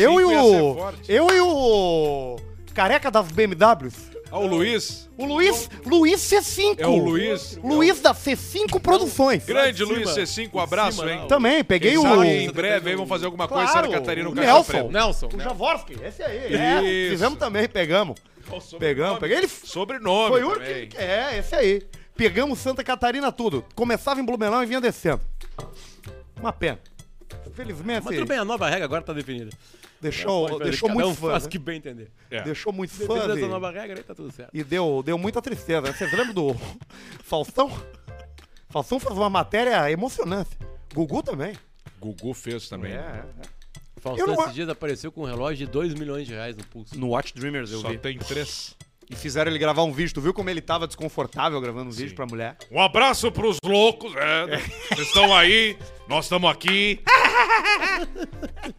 S1: Ah, Eu e
S2: ia ser
S1: o.
S2: forte.
S1: Eu e o. Careca das BMWs.
S2: Ah, o Luiz.
S1: O Luiz. Luiz C5.
S2: É o Luiz.
S1: Luiz da C5 Produções.
S2: Grande
S3: Lá de
S2: Luiz
S3: cima.
S2: C5, um abraço,
S3: Em cima,
S2: hein?
S3: lá, ó.
S1: Também, peguei
S2: Quem
S1: o.
S2: sabe em breve aí vão fazer alguma coisa
S1: Claro,
S2: em Santa Catarina no
S1: o
S2: Caixa
S1: Nelson.
S2: Preta.
S3: Nelson.
S1: O
S3: né?
S1: Javorski, esse aí. É,
S2: Isso.
S1: fizemos também, pegamos.
S2: Qual o sobrenome?
S1: Pegamos, peguei ele.
S2: Sobrenome
S1: Foi o
S2: também.
S1: único. que- É, esse aí. Pegamos Santa Catarina tudo. Começava em Blumenau e vinha descendo. Uma pena. Felizmente,
S3: Mas tudo bem, a nova regra agora tá definida. Pode
S1: deixou,
S3: fazer,
S1: deixou
S3: cada
S1: muito
S3: um
S1: fã.
S3: Faz
S1: né?
S3: que bem entender.
S2: É.
S1: Deixou muito fã.
S3: Dependendo
S1: de-
S3: da nova regra, aí tá tudo certo.
S1: E deu, deu muita tristeza. né? Vocês lembram do Faustão? Faustão fez uma matéria emocionante. Gugu também. É,
S2: Gugu fez também.
S3: Faustão
S1: não-
S3: esses dias apareceu com um relógio de 2 milhões de reais no pulso.
S1: No Watch Dreamers
S2: Só tem três.
S1: E fizeram ele gravar um vídeo. Tu viu como ele tava desconfortável gravando um vídeo pra mulher?
S2: Um abraço pros loucos, é. Vocês estão aí, nós estamos aqui.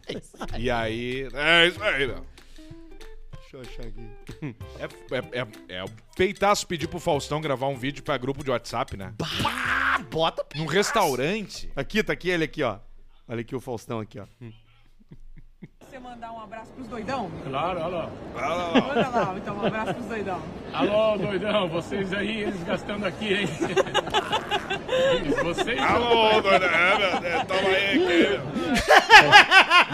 S3: É
S2: e aí. É isso aí, meu.
S1: Deixa eu achar aqui.
S2: É, é, é, é o peitaço pedir pro Faustão gravar um vídeo pra grupo de WhatsApp, né?
S1: Ah, bota.
S2: Num restaurante.
S1: Aqui, tá aqui ele aqui, ó. Olha aqui o Faustão aqui, ó.
S4: Você mandar um abraço pros doidão?
S5: Claro, alô.
S4: Manda lá, então, um abraço pros doidão.
S5: Alô, doidão, vocês aí, eles gastando aqui, hein? Vocês.
S2: Alô, é, dona Ana, tava aí,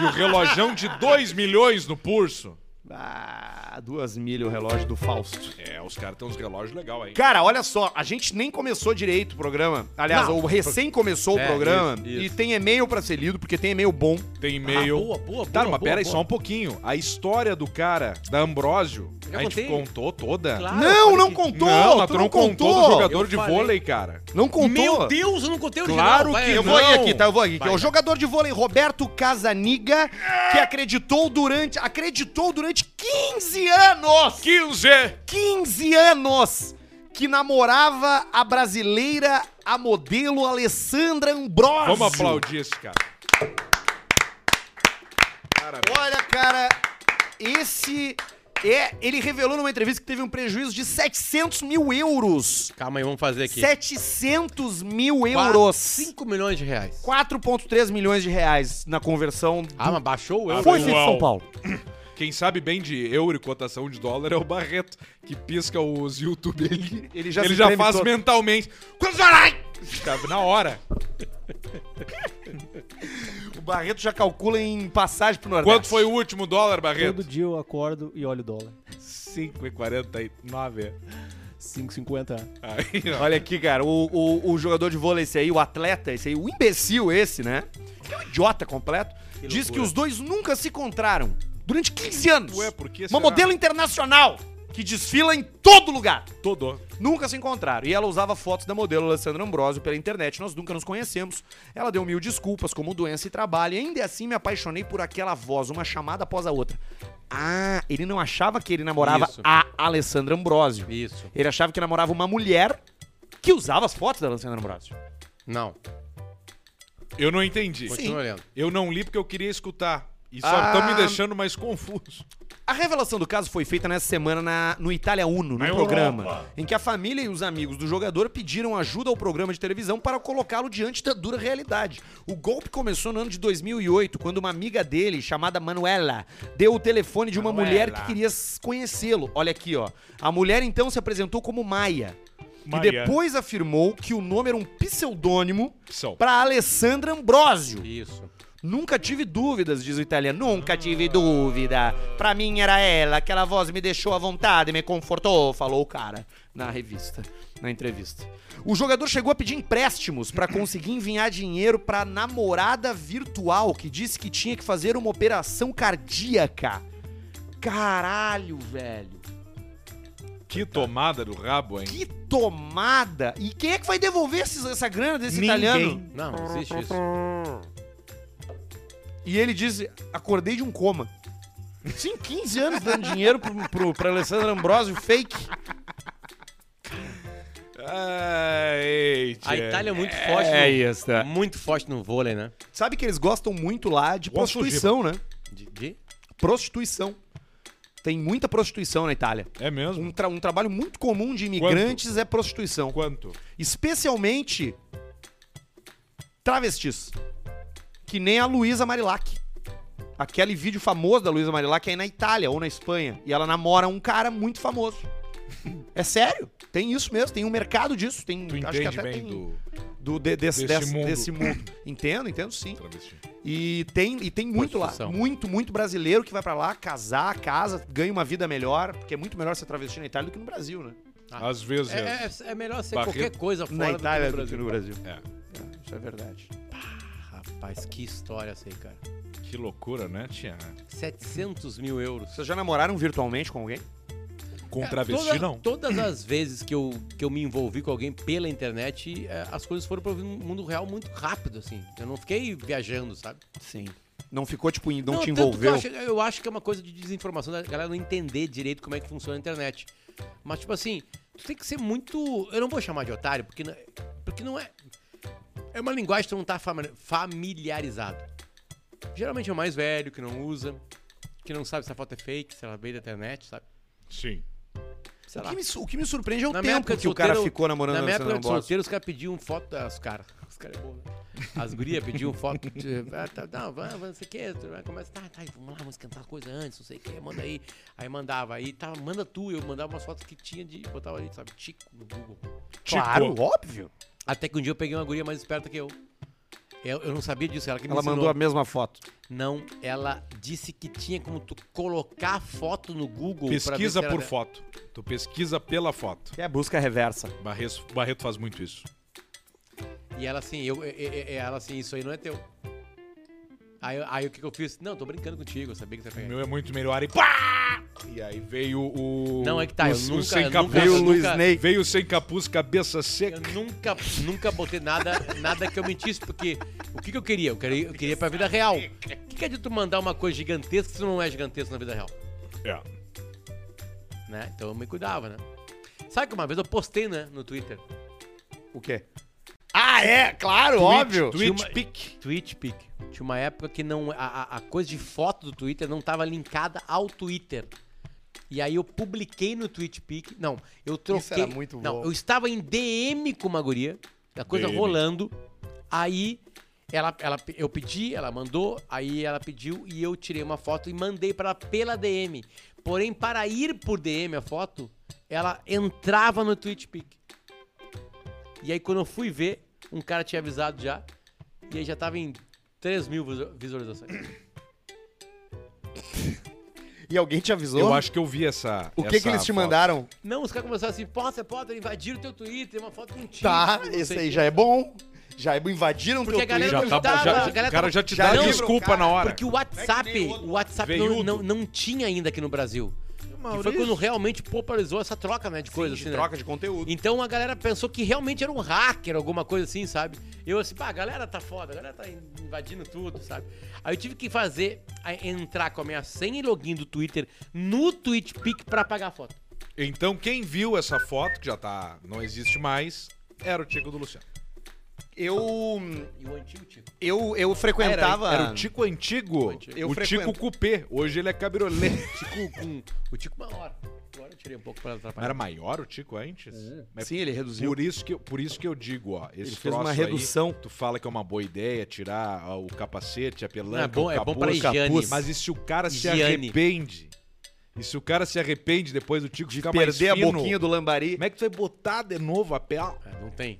S2: E o relojão de 2 milhões no pulso.
S1: Ah, duas milhas o relógio do Fausto.
S2: É, os caras têm uns relógios legais aí.
S1: Cara, olha só, a gente nem começou direito o programa. Aliás,
S3: Não.
S1: o recém começou
S3: É,
S1: o programa.
S3: isso, isso.
S1: E tem e-mail pra ser lido, porque tem e-mail bom.
S2: Tem
S3: Ah,
S2: e-mail.
S3: boa, boa, boa.
S2: Tá, mas
S3: boa,
S2: pera aí
S3: boa.
S2: só um pouquinho. A história do cara, da Ambrósio,
S3: Já
S2: a gente
S3: contei.
S2: contou toda.
S3: Claro. Ah,
S1: não,
S3: eu
S1: não
S3: falei que-
S1: contou!
S2: não, mas
S1: tu
S2: tu não contou do jogador
S3: Eu
S2: de
S3: falei.
S2: vôlei, cara.
S1: Não contou.
S3: Meu Deus, eu não contei o
S2: Claro
S3: original, vai,
S2: que
S1: Eu
S3: eu
S1: vou
S2: não.
S1: ir aqui, tá? Eu vou ir aqui.
S3: Vai,
S1: o
S3: vai.
S1: jogador de vôlei Roberto Casaniga, que acreditou durante. Acreditou durante 15 anos!
S2: 15!
S1: 15 anos! Que namorava a brasileira, a modelo Alessandra Ambrosio.
S2: Vamos aplaudir esse cara. Parabéns.
S1: Olha, cara, esse é. Ele revelou numa entrevista que teve um prejuízo de 700 mil euros.
S3: Calma aí, vamos fazer aqui.
S1: 700 mil
S3: Quatro-
S1: euros.
S3: cinco milhões de reais.
S1: 4,3 milhões de reais na conversão. do-
S3: Ah, mas baixou o euro.
S1: Foi
S3: né?
S1: feito em São Paulo.
S2: Quem sabe bem de euro e cotação de dólar é o Barreto, que pisca os YouTube ali.
S1: Ele já
S2: ele
S1: se
S2: já
S1: treme
S2: faz
S1: todo.
S2: mentalmente. Ai! Tá na hora.
S1: O Barreto já calcula em passagem pro Nordeste.
S2: Quanto foi o último dólar,
S6: Todo
S2: Barreto?
S6: dia eu acordo e olho o dólar.
S2: 5,49.
S6: 5,50.
S2: Aí, ó.
S1: Olha aqui, cara, o, o, o jogador de vôlei esse aí, o atleta esse aí, o imbecil esse, né? Que é um idiota completo. diz que os dois nunca se encontraram durante 15 anos.
S2: Ué, por que
S1: Uma
S2: será?
S1: modelo internacional que desfila em todo lugar.
S2: Todo.
S1: Nunca se encontraram. E ela usava fotos da modelo Alessandra Ambrosio pela internet. Nós nunca nos conhecemos. Ela deu mil desculpas, como doença e trabalho. E ainda assim me apaixonei por aquela voz, uma chamada após a outra. Ah, ele não achava que ele namorava
S3: Isso.
S1: a Alessandra Ambrosio.
S3: Isso.
S1: Ele achava que namorava uma mulher que usava as fotos da Alessandra Ambrosio.
S3: Não,
S2: Eu não entendi.
S3: continua olhando.
S2: Eu não li porque eu queria escutar. E só estão me
S7: Ah.
S2: deixando mais confuso.
S7: A revelação do caso foi feita nessa semana na- no Itália Uno, no
S2: Na
S7: programa,
S2: Europa.
S7: em que a família e os amigos do jogador pediram ajuda ao programa de televisão para colocá-lo diante da dura realidade. O golpe começou no ano de 2008, quando uma amiga dele, chamada Manuela, deu o telefone de uma
S2: Manuela.
S7: mulher que queria s- conhecê-lo. Olha aqui, ó. A mulher então se apresentou como Maia. E
S2: Maia.
S7: depois afirmou que o nome era um pseudônimo
S2: São.
S7: para Alessandra Ambrosio.
S3: Isso.
S7: Nunca tive dúvidas, diz o italiano. Nunca tive dúvida. Pra mim era ela, aquela voz me deixou à vontade, me confortou, falou o cara na revista, na entrevista. O jogador chegou a pedir empréstimos pra conseguir enviar dinheiro pra namorada virtual que disse que tinha que fazer uma operação cardíaca. Caralho, velho.
S2: Que tomada do rabo, hein?
S7: Que tomada! E quem é que vai devolver esses- essa grana desse
S2: Ninguém.
S7: italiano?
S3: Não, não existe isso.
S7: E ele diz: acordei de um coma. Sim, 15 anos dando dinheiro pro, pro, pra Alessandra Ambrosio fake.
S2: Ai,
S3: A
S2: tia.
S3: Itália é muito forte. no- Muito forte no vôlei, né?
S7: Sabe que eles gostam muito lá de
S2: Vou
S7: prostituição, né?
S3: De, de-
S7: Prostituição. Tem muita prostituição na Itália.
S2: É mesmo?
S7: Um, tra- um trabalho muito comum de imigrantes é prostituição.
S2: Quanto?
S7: Especialmente travestis. Que nem a Luísa Marilac. Aquele vídeo famoso da Luísa Marilac é na Itália ou na Espanha. E ela namora um cara muito famoso. É sério? Tem isso mesmo, tem um mercado disso. Tem,
S2: Tu
S7: acho que
S2: entende
S7: até
S2: bem
S7: tem
S2: do
S7: do- de- desse,
S2: desse
S7: desse-
S2: mundo.
S7: desse mundo. Entendo, entendo sim.
S2: travesti.
S7: E tem, e tem muito lá.
S3: Prostituição.
S7: Muito, muito brasileiro que vai pra lá casar, casa, ganha uma vida melhor, porque é muito melhor ser travesti na Itália do que no Brasil, né?
S3: Ah.
S2: Às vezes.
S3: É, é- é melhor ser
S2: Barreto.
S3: qualquer coisa fora
S7: na
S3: do que
S7: Itália
S3: no
S7: do que
S3: Brasil.
S7: no Brasil.
S2: É.
S7: Isso é verdade.
S3: Rapaz, que história essa aí, cara.
S2: Que loucura, né, tia?
S3: 700 mil euros.
S7: Vocês já namoraram virtualmente com alguém?
S2: Com
S3: É,
S2: travesti,
S3: toda-
S2: não.
S3: Todas as vezes que eu, que eu me envolvi com alguém pela internet, é, as coisas foram pro mundo real muito rápido, assim. Eu não fiquei viajando, sabe?
S7: Sim. Não ficou, tipo, em- não, te
S3: tanto que eu
S7: envolveu?
S3: acho- Eu acho, que é uma coisa de desinformação da galera não entender direito como é que funciona a internet. Mas, tipo assim, tu tem que ser muito. Eu não vou chamar de otário, porque, não- porque não é. É uma linguagem que tu não tá fami- familiarizado. Geralmente é o mais velho, que não usa, que não sabe se a foto é fake, se ela veio da internet, sabe?
S2: Sim.
S3: Sei
S7: O
S3: lá.
S7: que, me, su- o que me surpreende é o
S3: Na minha
S7: tempo
S3: época de
S7: que o cara
S3: solteiro-
S7: ficou namorando
S3: Na minha época
S7: Alessandra
S3: de
S7: Ambrosio.
S3: solteiro, os caras pediam foto. ah, Os caras. Os caras é bom, né? As gurias pediam foto. de- ah, tá, não, vamos, vamos, não sei o que. Começa, tá, tá, vamos lá, vamos esquentar as coisas antes, não sei o que, manda aí. Aí mandava, aí tava, manda tu. Eu mandava umas fotos que tinha de. Botava ali, sabe, tico no Google.
S7: Claro, óbvio.
S3: Até que um dia eu peguei uma guria mais esperta que eu. Eu, eu não sabia disso, ela que me
S7: Ela
S3: ensinou.
S7: mandou a mesma foto.
S3: Não, ela disse que tinha como tu colocar a foto no Google. pra ver
S2: Pesquisa
S3: se era
S2: por
S3: dela.
S2: foto. Tu pesquisa pela foto.
S7: Que é a busca reversa.
S2: Barreto, Barreto faz muito isso.
S3: E ela assim, eu, e- e- e- ela assim, isso aí não é teu. Aí, eu- aí o que, que eu fiz? Não, tô brincando contigo, eu sabia que você ia
S2: O
S3: pegar.
S2: meu é muito melhor e pá! E aí veio o.
S3: Não, é que tá,
S2: o,
S3: eu
S2: o
S3: nunca-
S2: sem
S3: eu
S2: capuz.
S3: nunca-
S7: Veio o
S3: eu
S7: Luiz
S3: nunca-
S7: Ney.
S2: Veio sem capuz, cabeça
S3: Eu
S2: seca.
S3: nunca, nunca botei nada, nada que eu mentisse, porque o que, que eu queria? Eu queria, eu queria pra vida real. O que, que é de tu mandar uma coisa gigantesca se não é gigantesca na vida real?
S2: É.
S3: Né? Então eu me cuidava, né? Sabe que uma vez eu postei, né, no Twitter?
S7: O quê? Ah, é, claro, óbvio.
S3: Tinha
S2: Twitch
S3: uma-
S2: Peak.
S3: Twitch Pic. Tinha uma época que não, a, a- a coisa de foto do Twitter não estava linkada ao Twitter. E aí eu publiquei no Twitch Pic. Não, eu troquei.
S7: Isso era muito
S3: não,
S7: bom.
S3: eu estava em DM com uma guria, a coisa
S2: DM.
S3: rolando. Aí ela, ela, eu pedi, ela mandou, aí ela pediu e eu tirei uma foto e mandei para ela pela DM. Porém, para ir por DM a foto, ela entrava no Twitch Pic. E aí quando eu fui ver, um cara tinha avisado já. E aí já tava em 3 mil visu- visualizações.
S7: E alguém te avisou?
S2: Eu acho que eu vi essa.
S7: O que,
S2: essa
S7: que eles te
S2: foto.
S7: mandaram?
S3: Não, os caras começaram assim, potter, potter, invadiram teu Twitter, tem uma foto contigo.
S7: Tá,
S3: não sei
S7: esse
S3: o
S7: aí
S3: quê."
S7: já é bom. Já invadiram
S3: Porque a
S7: teu
S3: galera
S7: Twitter.
S2: Já
S3: não
S2: tá-
S3: tava,
S2: já-
S3: a galera
S2: o cara
S3: tava-
S2: já te
S7: já
S2: dá
S7: não-
S2: desculpa na hora.
S3: Porque o
S7: é
S3: WhatsApp, o WhatsApp não,
S2: Veiudo.
S3: não, não tinha ainda aqui no Brasil. Que foi quando realmente popularizou essa troca, né, de coisa
S7: de
S3: assim, né?
S7: troca de conteúdo.
S3: Então a galera pensou que realmente era um hacker, alguma coisa assim, sabe? Eu assim, pá, a galera tá foda, a galera tá invadindo tudo, sabe? Aí eu tive que fazer, a- entrar com a minha senha e login do Twitter no TweetPic pra pagar a foto.
S2: Então, quem viu essa foto, que já tá. não existe mais, era o Tico do Luciano.
S7: Eu,
S3: E o antigo Tico.
S7: eu, eu frequentava.
S2: Era o Tico antigo.
S7: Eu
S2: o
S7: frequento.
S2: Tico Coupé. Hoje ele é cabriolé.
S3: Tico com. O Tico maior. Agora eu tirei um pouco pra
S2: Mas
S3: atrapalhar.
S2: Era maior o Tico antes? Mas
S7: Hum. Sim, ele reduziu.
S2: Por isso, que, eu- por isso que eu digo, ó. Esse
S7: Ele fez
S2: troço
S7: uma
S2: aí,
S7: redução.
S2: tu fala que é uma boa ideia tirar ó, o capacete, a pelanca,
S3: Não, é bom-
S2: o
S3: é bom
S2: capuz,
S3: pra
S2: o capuz.
S3: higiene.
S2: Mas e se o cara se
S3: Higiene.
S2: arrepende? E se o cara se arrepende depois do Tico
S7: de
S2: ficar mais
S7: perder a
S2: fino?
S7: boquinha do lambari.
S2: Como é que tu vai botar de novo a pele?
S3: É, não tem.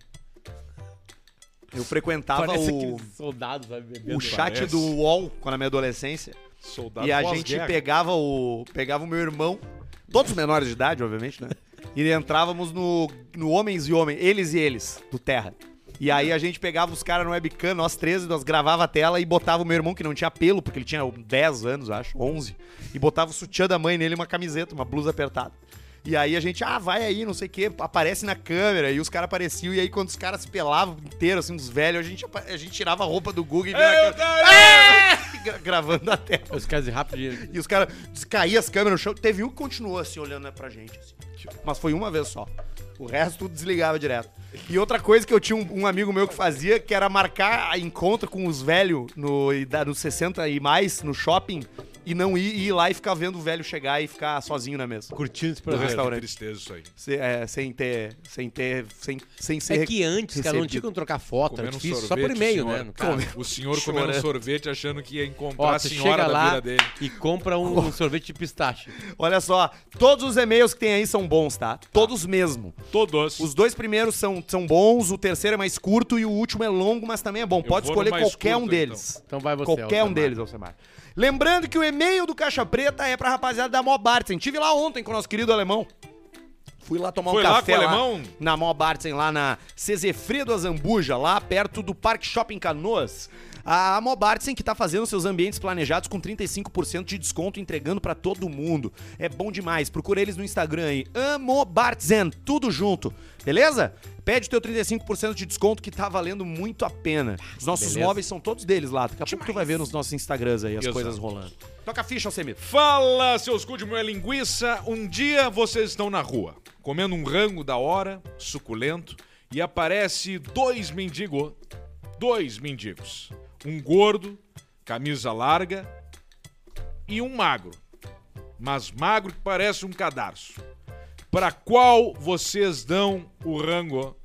S7: Eu frequentava
S3: Parece
S7: o,
S3: aqueles soldados, sabe? bebendo.
S7: o chat
S2: parece.
S7: do UOL quando na minha adolescência.
S2: Soldado
S7: e a gente
S2: pós-guerra.
S7: pegava o. Pegava o meu irmão, todos menores de idade, obviamente, né? E entrávamos no, no Homens e Homens, eles e eles, do Terra. E aí a gente pegava os caras no webcam, nós 13, nós gravava a tela e botava o meu irmão, que não tinha pelo, porque ele tinha 10 anos, acho, 11, e botava o sutiã da mãe nele, uma camiseta, uma blusa apertada. E aí a gente, ah, vai aí, não sei o quê, aparece na câmera, e os caras apareciam, e aí quando os caras se pelavam inteiro, assim, uns velhos, a gente, apa- a gente tirava a roupa do Guga e vinha na câmera, "Ah!" gra- gravando a tela.
S3: Os caras de rápido de.
S7: E os caras descaíam as câmeras no chão. Teve um que continuou assim, olhando né, pra gente. assim. Mas foi uma vez só. O resto tudo desligava direto. E outra coisa que eu tinha um, um amigo meu que fazia, que era marcar a encontro com os velhos no, ida- nos 60 e mais, no shopping, e não ir, ir lá e ficar vendo o velho chegar e ficar sozinho na mesa.
S3: Curtindo
S2: Ah,
S3: esse
S2: que
S7: do
S3: programa.
S7: restaurante.
S2: tristeza isso aí.
S7: Se- é, sem ter. Sem ter. Sem, sem ser.
S3: É que antes, cara, não tinha como trocar foto, era
S2: Comendo um
S3: tá difícil,
S2: sorvete,
S3: só por e-mail,
S2: senhora.
S3: né? No caso.
S2: O senhor comendo
S7: Chorando.
S2: um sorvete achando que ia encontrar
S3: Ó,
S2: a
S3: você
S2: senhora
S3: chega
S2: da
S3: lá
S2: vida dele.
S3: e compra um, sorvete de pistache.
S7: Olha só, todos os e-mails que tem aí são bons, tá? Todos mesmo.
S2: Todos.
S7: Os dois primeiros são, são bons, o terceiro é mais curto e o último é longo, mas também é bom. Pode
S2: vou no
S7: escolher
S2: mais
S7: qualquer
S2: curto,
S7: um deles.
S3: Então vai você,
S7: qualquer um
S3: Alcemar.
S7: deles, Alcemar. Lembrando que o e-mail do Caixa Preta é pra rapaziada da Mobartsen. Tive lá ontem com o nosso querido alemão. Fui lá tomar
S2: Foi
S7: um
S2: lá
S7: café
S2: com o alemão?
S7: na Mobartsen, lá na Cezefredo Azambuja, lá perto do Parque Shopping Canoas. A Mobartsen que tá fazendo seus ambientes planejados com 35% de desconto, entregando pra todo mundo. É bom demais. Procura eles no Instagram aí. Amobartsen, tudo junto. Beleza? Pede o teu 35% de desconto que tá valendo muito a pena. Os nossos
S3: Beleza.
S7: móveis são todos deles lá. Daqui a pouco tu vai ver nos nossos Instagrams aí as
S2: Exato.
S7: coisas rolando. Toca a ficha, Alcemir.
S2: Fala, seus cu de mulher linguiça. Um dia vocês estão na rua, comendo um rango da hora, suculento, e aparece dois mendigos. Dois mendigos. Um gordo, camisa larga, e um magro. Mas magro que parece um cadarço. Pra qual vocês dão o rango?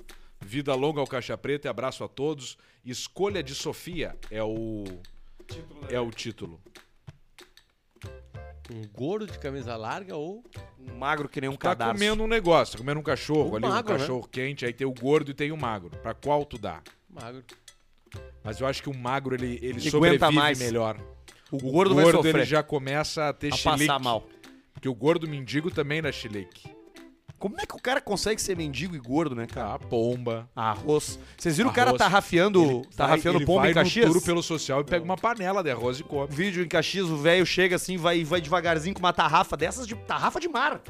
S2: Vida longa ao Caixa Preta e abraço a todos. Escolha de Sofia é o. É o título.
S3: Um gordo de camisa larga ou.
S7: Um magro que nem um
S2: tá
S7: cadarço.
S2: comendo um negócio, tá comendo um cachorro
S3: Um
S2: ali,
S3: magro,
S2: um
S3: né?
S2: cachorro quente, aí tem o gordo e tem o magro. Pra qual tu dá?
S3: Magro.
S2: Mas eu acho que o magro ele, ele
S7: Ele
S2: sobrevive
S7: aguenta mais.
S2: melhor.
S7: O gordo vai sofrer.
S2: ele já começa a ter
S7: a
S2: chilique.
S7: passar mal.
S2: Porque o gordo mendigo também dá chilique.
S7: Como é que o cara consegue ser mendigo e gordo, né, cara?
S2: Tá, pomba.
S7: Arroz. Vocês viram o cara
S2: Arroz.
S7: tarrafiando,
S2: Vai-
S7: tarrafiando
S2: ele
S7: Tá pomba
S2: vai
S7: em
S2: no
S7: Caxias? Um
S2: touro pelo social e pega uma panela de arroz e come.
S7: Vídeo em Caxias, o velho chega assim, vai, vai devagarzinho com uma tarrafa dessas de tarrafa de mar.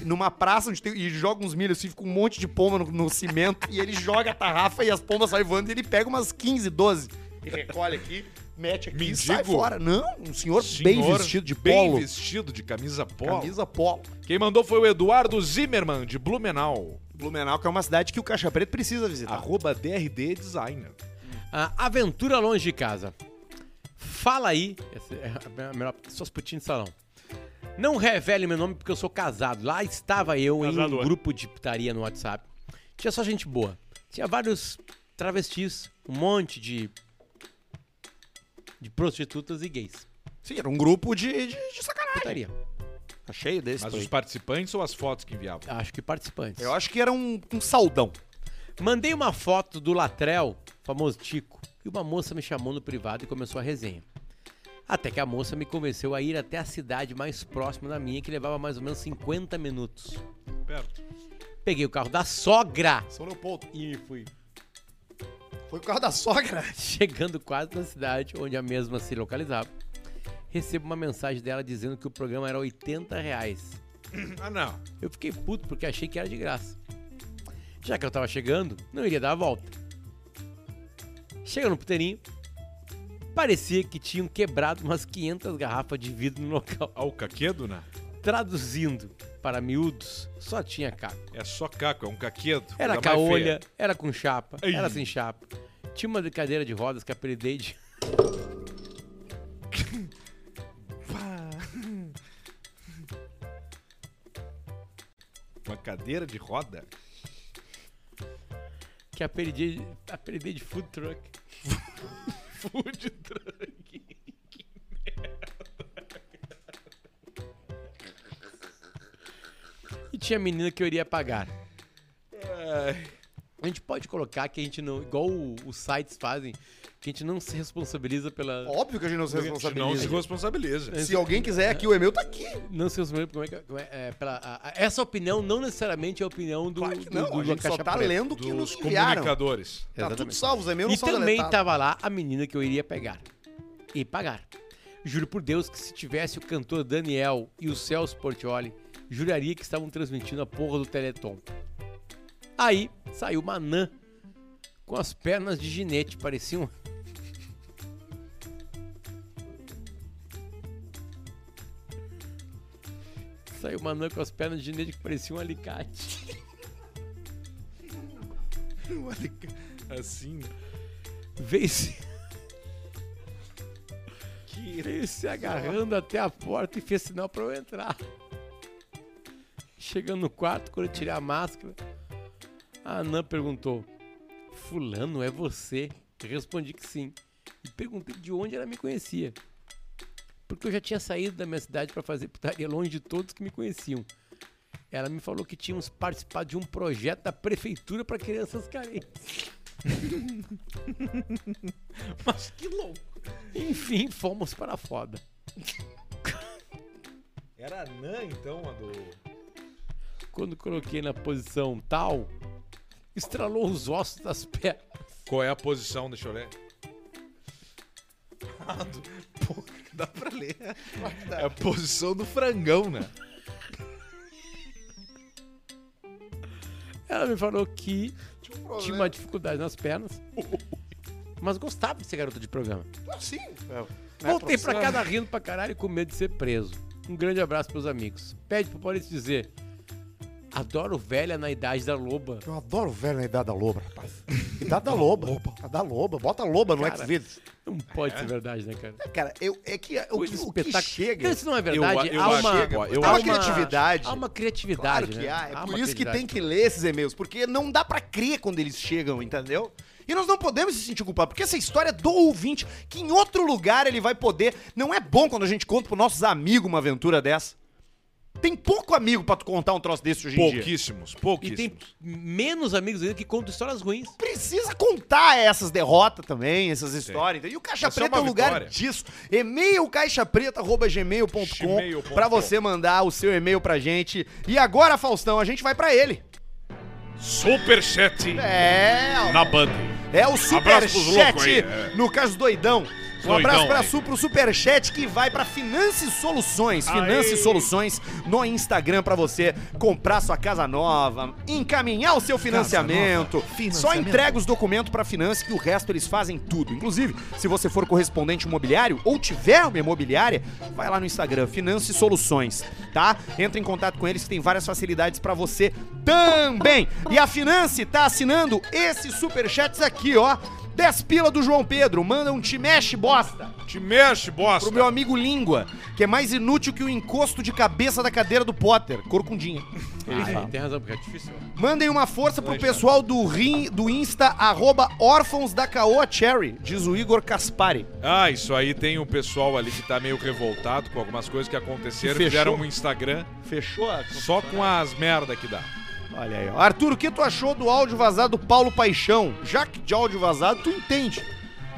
S7: Numa praça onde tem, e joga uns milho assim, fica um monte de pomba no, no cimento e ele joga a tarrafa e as pombas saem voando e ele pega umas 15, 12 e recolhe aqui, mete aqui e sai
S2: Mendigo?
S7: fora. Não, um senhor, bem
S2: Senhor,
S7: vestido de polo,
S2: Bem vestido de camisa polo.
S7: camisa polo.
S2: Quem mandou foi o Eduardo Zimmermann, de Blumenau.
S7: Blumenau que é uma cidade que o Caixa Preto precisa visitar.
S2: Arroba DRD Designer.
S3: A aventura longe de casa. Fala aí. Essa é a melhor. Só os putinhos de salão. Não revele meu nome porque eu sou casado. Lá estava eu em um
S8: Casado, é.
S3: grupo de putaria no WhatsApp. Tinha só gente boa. Tinha vários travestis, um monte de. de prostitutas e gays.
S7: Sim, era um grupo de, de, de sacanagem.
S3: Putaria.
S7: Tá cheio desse.
S2: Mas
S7: por
S2: os
S7: aí.
S2: participantes ou as fotos que enviavam?
S3: Acho que participantes.
S7: Eu acho que era um, um saldão.
S3: Mandei uma foto do Latrel, famoso Tico, e uma moça me chamou no privado e começou a resenha. Até que a moça me convenceu a ir até a cidade mais próxima da minha, que levava mais ou menos 50 minutos.
S2: Perto.
S3: Peguei o carro da sogra
S7: São Leopoldo.
S3: e fui.
S7: Foi por causa da sogra.
S3: Chegando quase na cidade onde a mesma se localizava, recebo uma mensagem dela dizendo que o programa era 80 reais.
S2: Ah, não.
S3: Eu fiquei puto porque achei que era de graça. Já que eu tava chegando, não iria dar a volta. Chega no puteirinho, parecia que tinham quebrado umas 500 garrafas de vidro no local.
S2: Ah, o caquedo, né?
S3: Traduzindo para miúdos, só tinha caco.
S2: É só caco, é um caquedo. coisa
S3: Era
S2: mais
S3: caolha, era com chapa,
S2: Ei.
S3: era sem chapa. Tinha uma cadeira de rodas que apelidei de.
S2: Uma cadeira de roda?
S3: Que apelidei, apelidei de food truck.
S2: Food truck.
S3: E tinha menina que eu iria pagar.
S2: Ai,
S3: A gente pode colocar que a gente não. Igual o- os sites fazem, que a gente não se responsabiliza pela.
S7: Óbvio que a gente não se
S2: a gente não se
S7: responsabiliza.
S2: responsabiliza.
S7: Se alguém quiser aqui, o e-mail tá aqui.
S3: Não se responsabiliza. Como é que. como é- é, pela, a- a- essa opinião não necessariamente é a opinião do.
S7: Claro que
S3: do-
S7: não,
S3: do-
S7: a
S3: da
S7: gente só
S3: Caixa
S7: tá
S3: Preta.
S7: lendo o que
S2: Dos
S7: nos enviaram. Tá
S2: comunicadores.
S7: tudo salvo, os e-mails não
S3: E
S1: um
S7: são
S3: também
S1: tá-
S7: deletados.
S3: tava lá a menina que eu iria pegar. E pagar. Juro por Deus que se tivesse o cantor Daniel e o Celso Portioli, juraria que estavam transmitindo a porra do Teleton. Aí saiu uma anã com as pernas de ginete, parecia um. Saiu uma anã com as pernas de ginete que parecia um alicate.
S2: Assim.
S3: veio se... veio se agarrando até a porta e fez sinal pra eu entrar. Chegando no quarto, quando eu tirei a máscara, a Anã perguntou: Fulano, é você? Eu respondi que sim. E perguntei de onde ela me conhecia. Porque eu já tinha saído da minha cidade pra fazer putaria longe de todos que me conheciam. Ela me falou que tínhamos participado de um projeto da prefeitura pra crianças carentes. Mas que louco. Enfim, fomos para a foda.
S2: Era anã, então, a do.
S3: Quando coloquei na posição tal, estralou os ossos das pernas.
S2: Qual é a posição? Deixa eu ler. Ah, do- Pô, dá pra ler. É a posição do frangão, né?
S3: Ela me falou que
S7: Tinha um
S3: tinha
S7: problema.
S3: uma dificuldade nas pernas, mas gostava de ser garota de programa.
S7: Ah, Sim.
S3: Voltei pra casa rindo pra caralho e com medo de ser preso. Um grande abraço pros amigos. Pede pro Maurício dizer: Adoro velha na idade da loba.
S7: Eu adoro velho na idade da loba, rapaz. Idade da loba. A da loba. Bota loba é no
S3: Cara.
S7: X-Videos.
S3: Não pode ser verdade, né, cara?
S7: Cara, eu, é que É. o, que,
S3: Coisa
S7: o que chega...
S3: Então, Isso não é verdade.
S2: Eu- eu
S3: há
S2: acho-
S3: uma,
S2: chega, eu
S3: há
S7: acho. criatividade.
S3: Há uma criatividade.
S7: Claro que
S3: né?
S7: há. É por
S3: uma
S7: isso que
S3: criatividade.
S7: tem que ler esses e-mails, porque não dá pra crer quando eles chegam, entendeu? E nós não podemos se sentir culpados, porque essa história é do ouvinte, que em outro lugar ele vai poder. Não é bom quando a gente conta pros nossos amigos uma aventura dessa. Tem pouco amigo pra tu contar um troço desse hoje em dia.
S2: Pouquíssimos,
S3: E tem
S2: pouquíssimos.
S3: menos amigos ainda que contam histórias ruins.
S7: Precisa contar essas derrotas também, essas histórias. entendeu? E o Caixa
S2: Essa é
S7: Preta é,
S2: uma
S7: o lugar
S2: vitória.
S7: disso. E-mail caixapreta.gmail.com
S2: Gmail.com.
S7: pra você mandar o seu e-mail pra gente. E agora, Faustão, a gente vai pra ele.
S2: Superchat
S7: É, ó.
S2: na banda.
S7: É o
S2: Abraço pros loucos aí,
S7: Superchat
S2: é.
S7: no caso doidão. Um
S2: Doidão
S7: abraço pra
S2: aí.
S7: Su, pro Superchat que vai pra Finanças e Soluções.
S2: Aê.
S7: Finanças e Soluções no Instagram pra você comprar sua casa nova, encaminhar o seu financiamento. Só entrega os documentos pra Finanças que o resto eles fazem tudo. Inclusive, se você for correspondente imobiliário ou tiver uma imobiliária, vai lá no Instagram, Finanças e Soluções, tá? Entra em contato com eles que tem várias facilidades pra você também. E a Finance tá assinando esses superchats aqui, ó. 10 pila do João Pedro, manda um te mexe bosta
S2: Te mexe, bosta.
S7: pro meu amigo Língua, que é mais inútil que o encosto de cabeça da cadeira do Potter, corcundinha.
S3: Ah, tem razão, porque é difícil.
S7: Mandem uma força pro pessoal do rim, do Insta, arroba órfãos da Caoa Cherry, diz o Igor Caspari.
S2: Ah, isso aí tem o pessoal ali que tá meio revoltado com algumas coisas que aconteceram.
S7: Fechou.
S2: Fizeram um Instagram
S7: Fechou? a-
S2: só com as merda que dá.
S7: Olha aí, ó. Arthur, o que tu achou do áudio vazado do Paulo Paixão? Já que de áudio vazado, tu entende.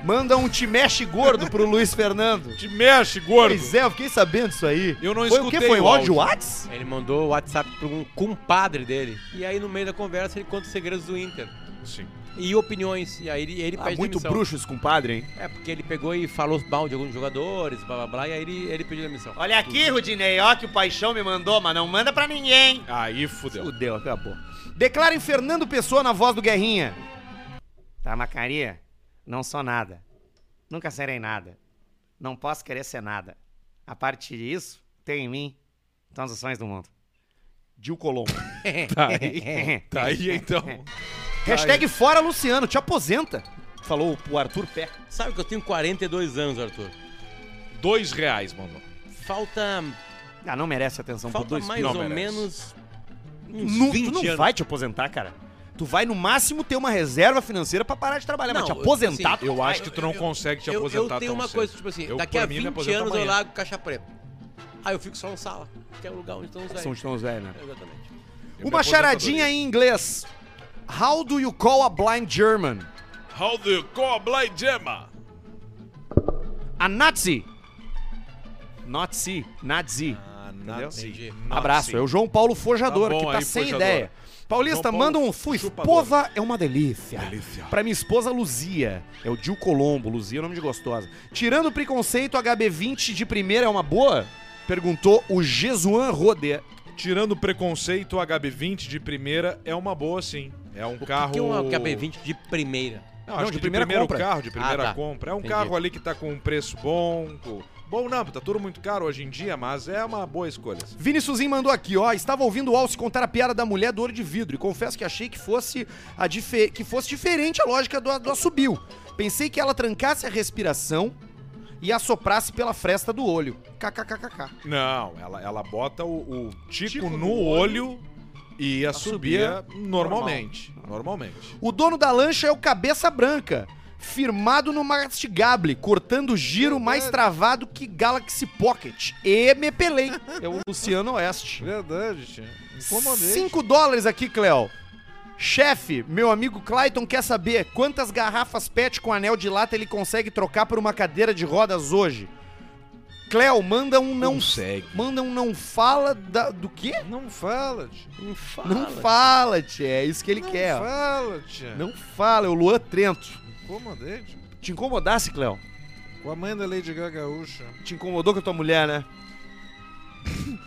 S7: Manda um te mexe gordo pro Luiz Fernando.
S2: Te mexe, gordo.
S7: Pois é, eu fiquei sabendo disso aí.
S2: Eu não
S7: foi o
S2: escutei
S7: quê? Foi
S2: o
S7: um áudio
S2: áudio.
S7: Whats?
S3: Ele mandou o WhatsApp pra um compadre dele. E aí, no meio da conversa, ele conta os segredos do Inter.
S2: Sim.
S3: E opiniões. E aí ele, ele
S7: Ah,
S3: pede
S7: muito
S3: demissão.
S7: bruxo esse compadre, hein?
S3: É, porque ele pegou e falou mal de alguns jogadores, blá blá blá, e aí ele, ele pediu demissão.
S7: Olha aqui, Rudinei, ó que o Paixão me mandou, mas não manda pra ninguém.
S2: Aí fudeu.
S7: Fudeu, acabou. Declarem Fernando Pessoa na voz do Guerrinha. Tá, Macaria? Não sou nada. Nunca serei nada. Não posso querer ser nada. A parte disso, tem em mim todas as ações do mundo. É. Gil Colombo.
S2: Tá aí, tá aí então.
S7: Hashtag fora Luciano, te aposenta. Falou o Arthur Pé.
S3: Sabe que eu tenho 42 anos, Arthur.
S2: Dois reais, mano.
S3: Falta,
S7: Ah, não merece atenção por
S3: falta
S7: dois
S3: mais
S2: não
S3: ou
S2: merece.
S3: menos uns
S7: Nu-
S3: 20
S7: tu não
S3: anos.
S7: vai te aposentar, cara. Tu vai, no máximo, ter uma reserva financeira pra parar de trabalhar, mas
S3: Não,
S7: te aposentar.
S3: assim,
S7: tu
S2: Eu
S7: vai.
S2: acho que tu não consegue te
S3: Eu,
S2: aposentar
S3: eu tenho
S2: tão
S3: uma
S2: cedo.
S3: coisa, tipo assim,
S2: Eu,
S3: daqui a
S2: por mim, me
S3: 20
S2: aposento
S3: anos eu
S2: amanhã.
S3: largo caixa preta. Aí eu fico só na sala, que é o lugar onde estão os
S7: São
S3: velhos.
S7: os tons velhos, né?
S3: Exatamente.
S2: Eu me
S7: Uma charadinha
S2: aposentadoria.
S7: em inglês. How do you call a blind German?
S2: How do you call blind Gemma?
S7: A Nazi. Nazi. Nazi.
S2: Ah,
S3: Entendi.
S7: Abraço. É o João Paulo Forjador,
S2: Tá bom
S7: que tá
S2: aí,
S7: sem
S2: Forjador.
S7: ideia. Paulista,
S2: João Paulo
S7: manda um. Sua
S2: chupador.
S7: esposa é uma delícia.
S2: Delícia.
S7: Pra minha esposa, Luzia. É o Dil Colombo. Luzia é o nome de gostosa. Tirando o preconceito, HB20 de primeira é uma boa? Perguntou o Jesuan Rodé.
S2: Tirando o preconceito, o HB20 de primeira é uma boa, sim. É um
S3: O
S2: carro...
S3: que que é um HB20 de primeira?
S2: Não, acho
S7: de
S2: que de
S7: primeira
S2: primeiro
S7: compra.
S2: carro, de primeira
S3: Ah, tá.
S2: compra. É um
S3: Entendi.
S2: carro ali que tá com um preço bom. com- Bom não, tá tudo muito caro hoje em dia, mas é uma boa escolha. assim.
S7: Viniciusinho mandou aqui, ó. Estava ouvindo o Alce contar a piada da mulher do olho de vidro e confesso que achei que fosse, a dife- que fosse diferente a lógica do, do assobio. Pensei que ela trancasse a respiração e assoprasse pela fresta do olho. KKKKK.
S2: Não, ela, ela bota o, o tico, no olho, e assobia normalmente. Normalmente.
S7: O dono da lancha é o Cabeça Branca, firmado no mastigable, cortando giro mais travado que Galaxy Pocket. E me pelei. É o Luciano Oeste.
S2: Verdade, tia.
S7: 5 dólares aqui, Cleo. Chefe, meu amigo Clayton quer saber quantas garrafas PET com anel de lata ele consegue trocar por uma cadeira de rodas hoje. Cleo, manda um não.
S2: Consegue.
S7: Manda um não fala da- do quê?
S2: Não fala, tia.
S3: Não fala.
S7: Não fala, tia. É isso que ele
S2: Não
S7: quer. ó.
S2: fala, tia.
S7: Não fala, é o Luan Trento.
S2: Incomodei, tia.
S7: Te incomodasse, Cleo?
S2: Com a mãe da Lady Gagaúcha.
S7: Te incomodou com a tua mulher, né?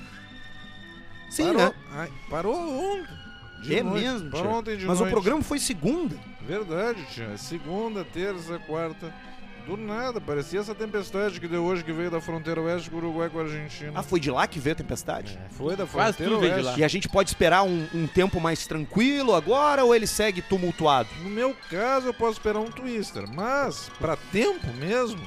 S7: Sim, né?
S2: Ai, parou ontem. De
S7: é
S2: noite.
S7: mesmo, tia.
S2: Parou ontem de
S7: Mas o
S2: noite.
S7: programa foi segunda.
S2: Verdade, tia. Segunda, terça, quarta. Do nada, parecia essa tempestade que deu hoje que veio da fronteira oeste do Uruguai com a Argentina.
S7: Ah, foi de lá que veio a tempestade?
S2: Foi da
S3: Quase
S2: fronteira
S3: tudo veio de
S2: oeste.
S3: lá.
S7: E a gente pode esperar um, um tempo mais tranquilo agora ou ele segue tumultuado?
S2: No meu caso, eu posso esperar um twister, mas pra tempo mesmo,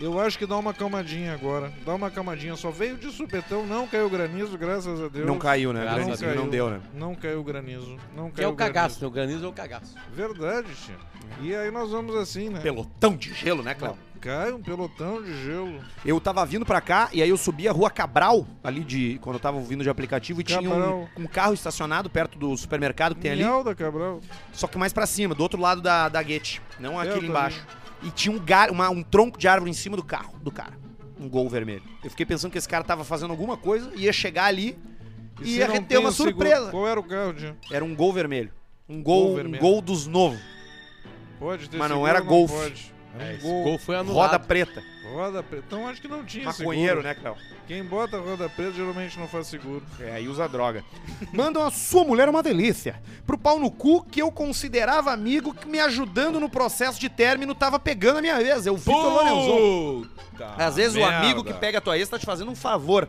S2: eu acho que dá uma calmadinha agora. Dá uma calmadinha, só veio de supetão, não caiu granizo, graças a Deus.
S7: Não caiu, né?
S3: Graças a
S7: Granizo,
S2: Deus.
S7: Não deu, né?
S2: Não caiu granizo, não
S3: Que é
S2: caiu
S3: o cagaço, né? O granizo é o cagaço.
S2: granizo. Verdade, tia. E aí nós vamos assim, né?
S7: Pelotão de gelo, né, Cléo?
S2: Cai um pelotão de gelo.
S7: Eu tava vindo pra cá e aí eu subi a rua Cabral, ali de. Quando eu tava vindo de aplicativo, e tinha um,
S2: Cabral.
S7: um carro estacionado perto do supermercado que tem ali.
S2: Miau da Cabral.
S7: Só que mais pra cima, do outro lado da, da guete. Não aqui
S2: Eu tô
S7: embaixo. E tinha um, gar, uma- um tronco de árvore em cima do carro do cara. Um gol vermelho. Eu fiquei pensando que esse cara tava fazendo alguma coisa, ia chegar ali e,
S2: se
S7: ia
S2: não
S7: ter
S2: tem
S7: uma
S2: o seguro-
S7: surpresa.
S2: Qual era o carro, tia?
S7: Era um gol vermelho. Um gol,
S2: Gol
S7: um
S2: vermelho.
S7: gol dos novos.
S2: Pode ter
S7: Mas não
S2: seguro,
S7: era É golfe.
S2: pode. Era um
S3: Esse
S2: gol.
S3: gol foi anulado.
S7: Roda preta.
S2: Roda preta. Então acho que não tinha seguro.
S7: Maconheiro, né, Cléo?
S2: Quem bota roda preta geralmente não faz seguro.
S7: É, aí usa droga. Mandam a sua mulher é uma delícia. Pro pau no cu que eu considerava amigo que me ajudando no processo de término tava pegando a minha vez. É o Vitor Lorenzon.
S2: Puta
S7: Às vezes o
S2: merda. É,
S7: amigo que pega a tua ex tá te fazendo um favor.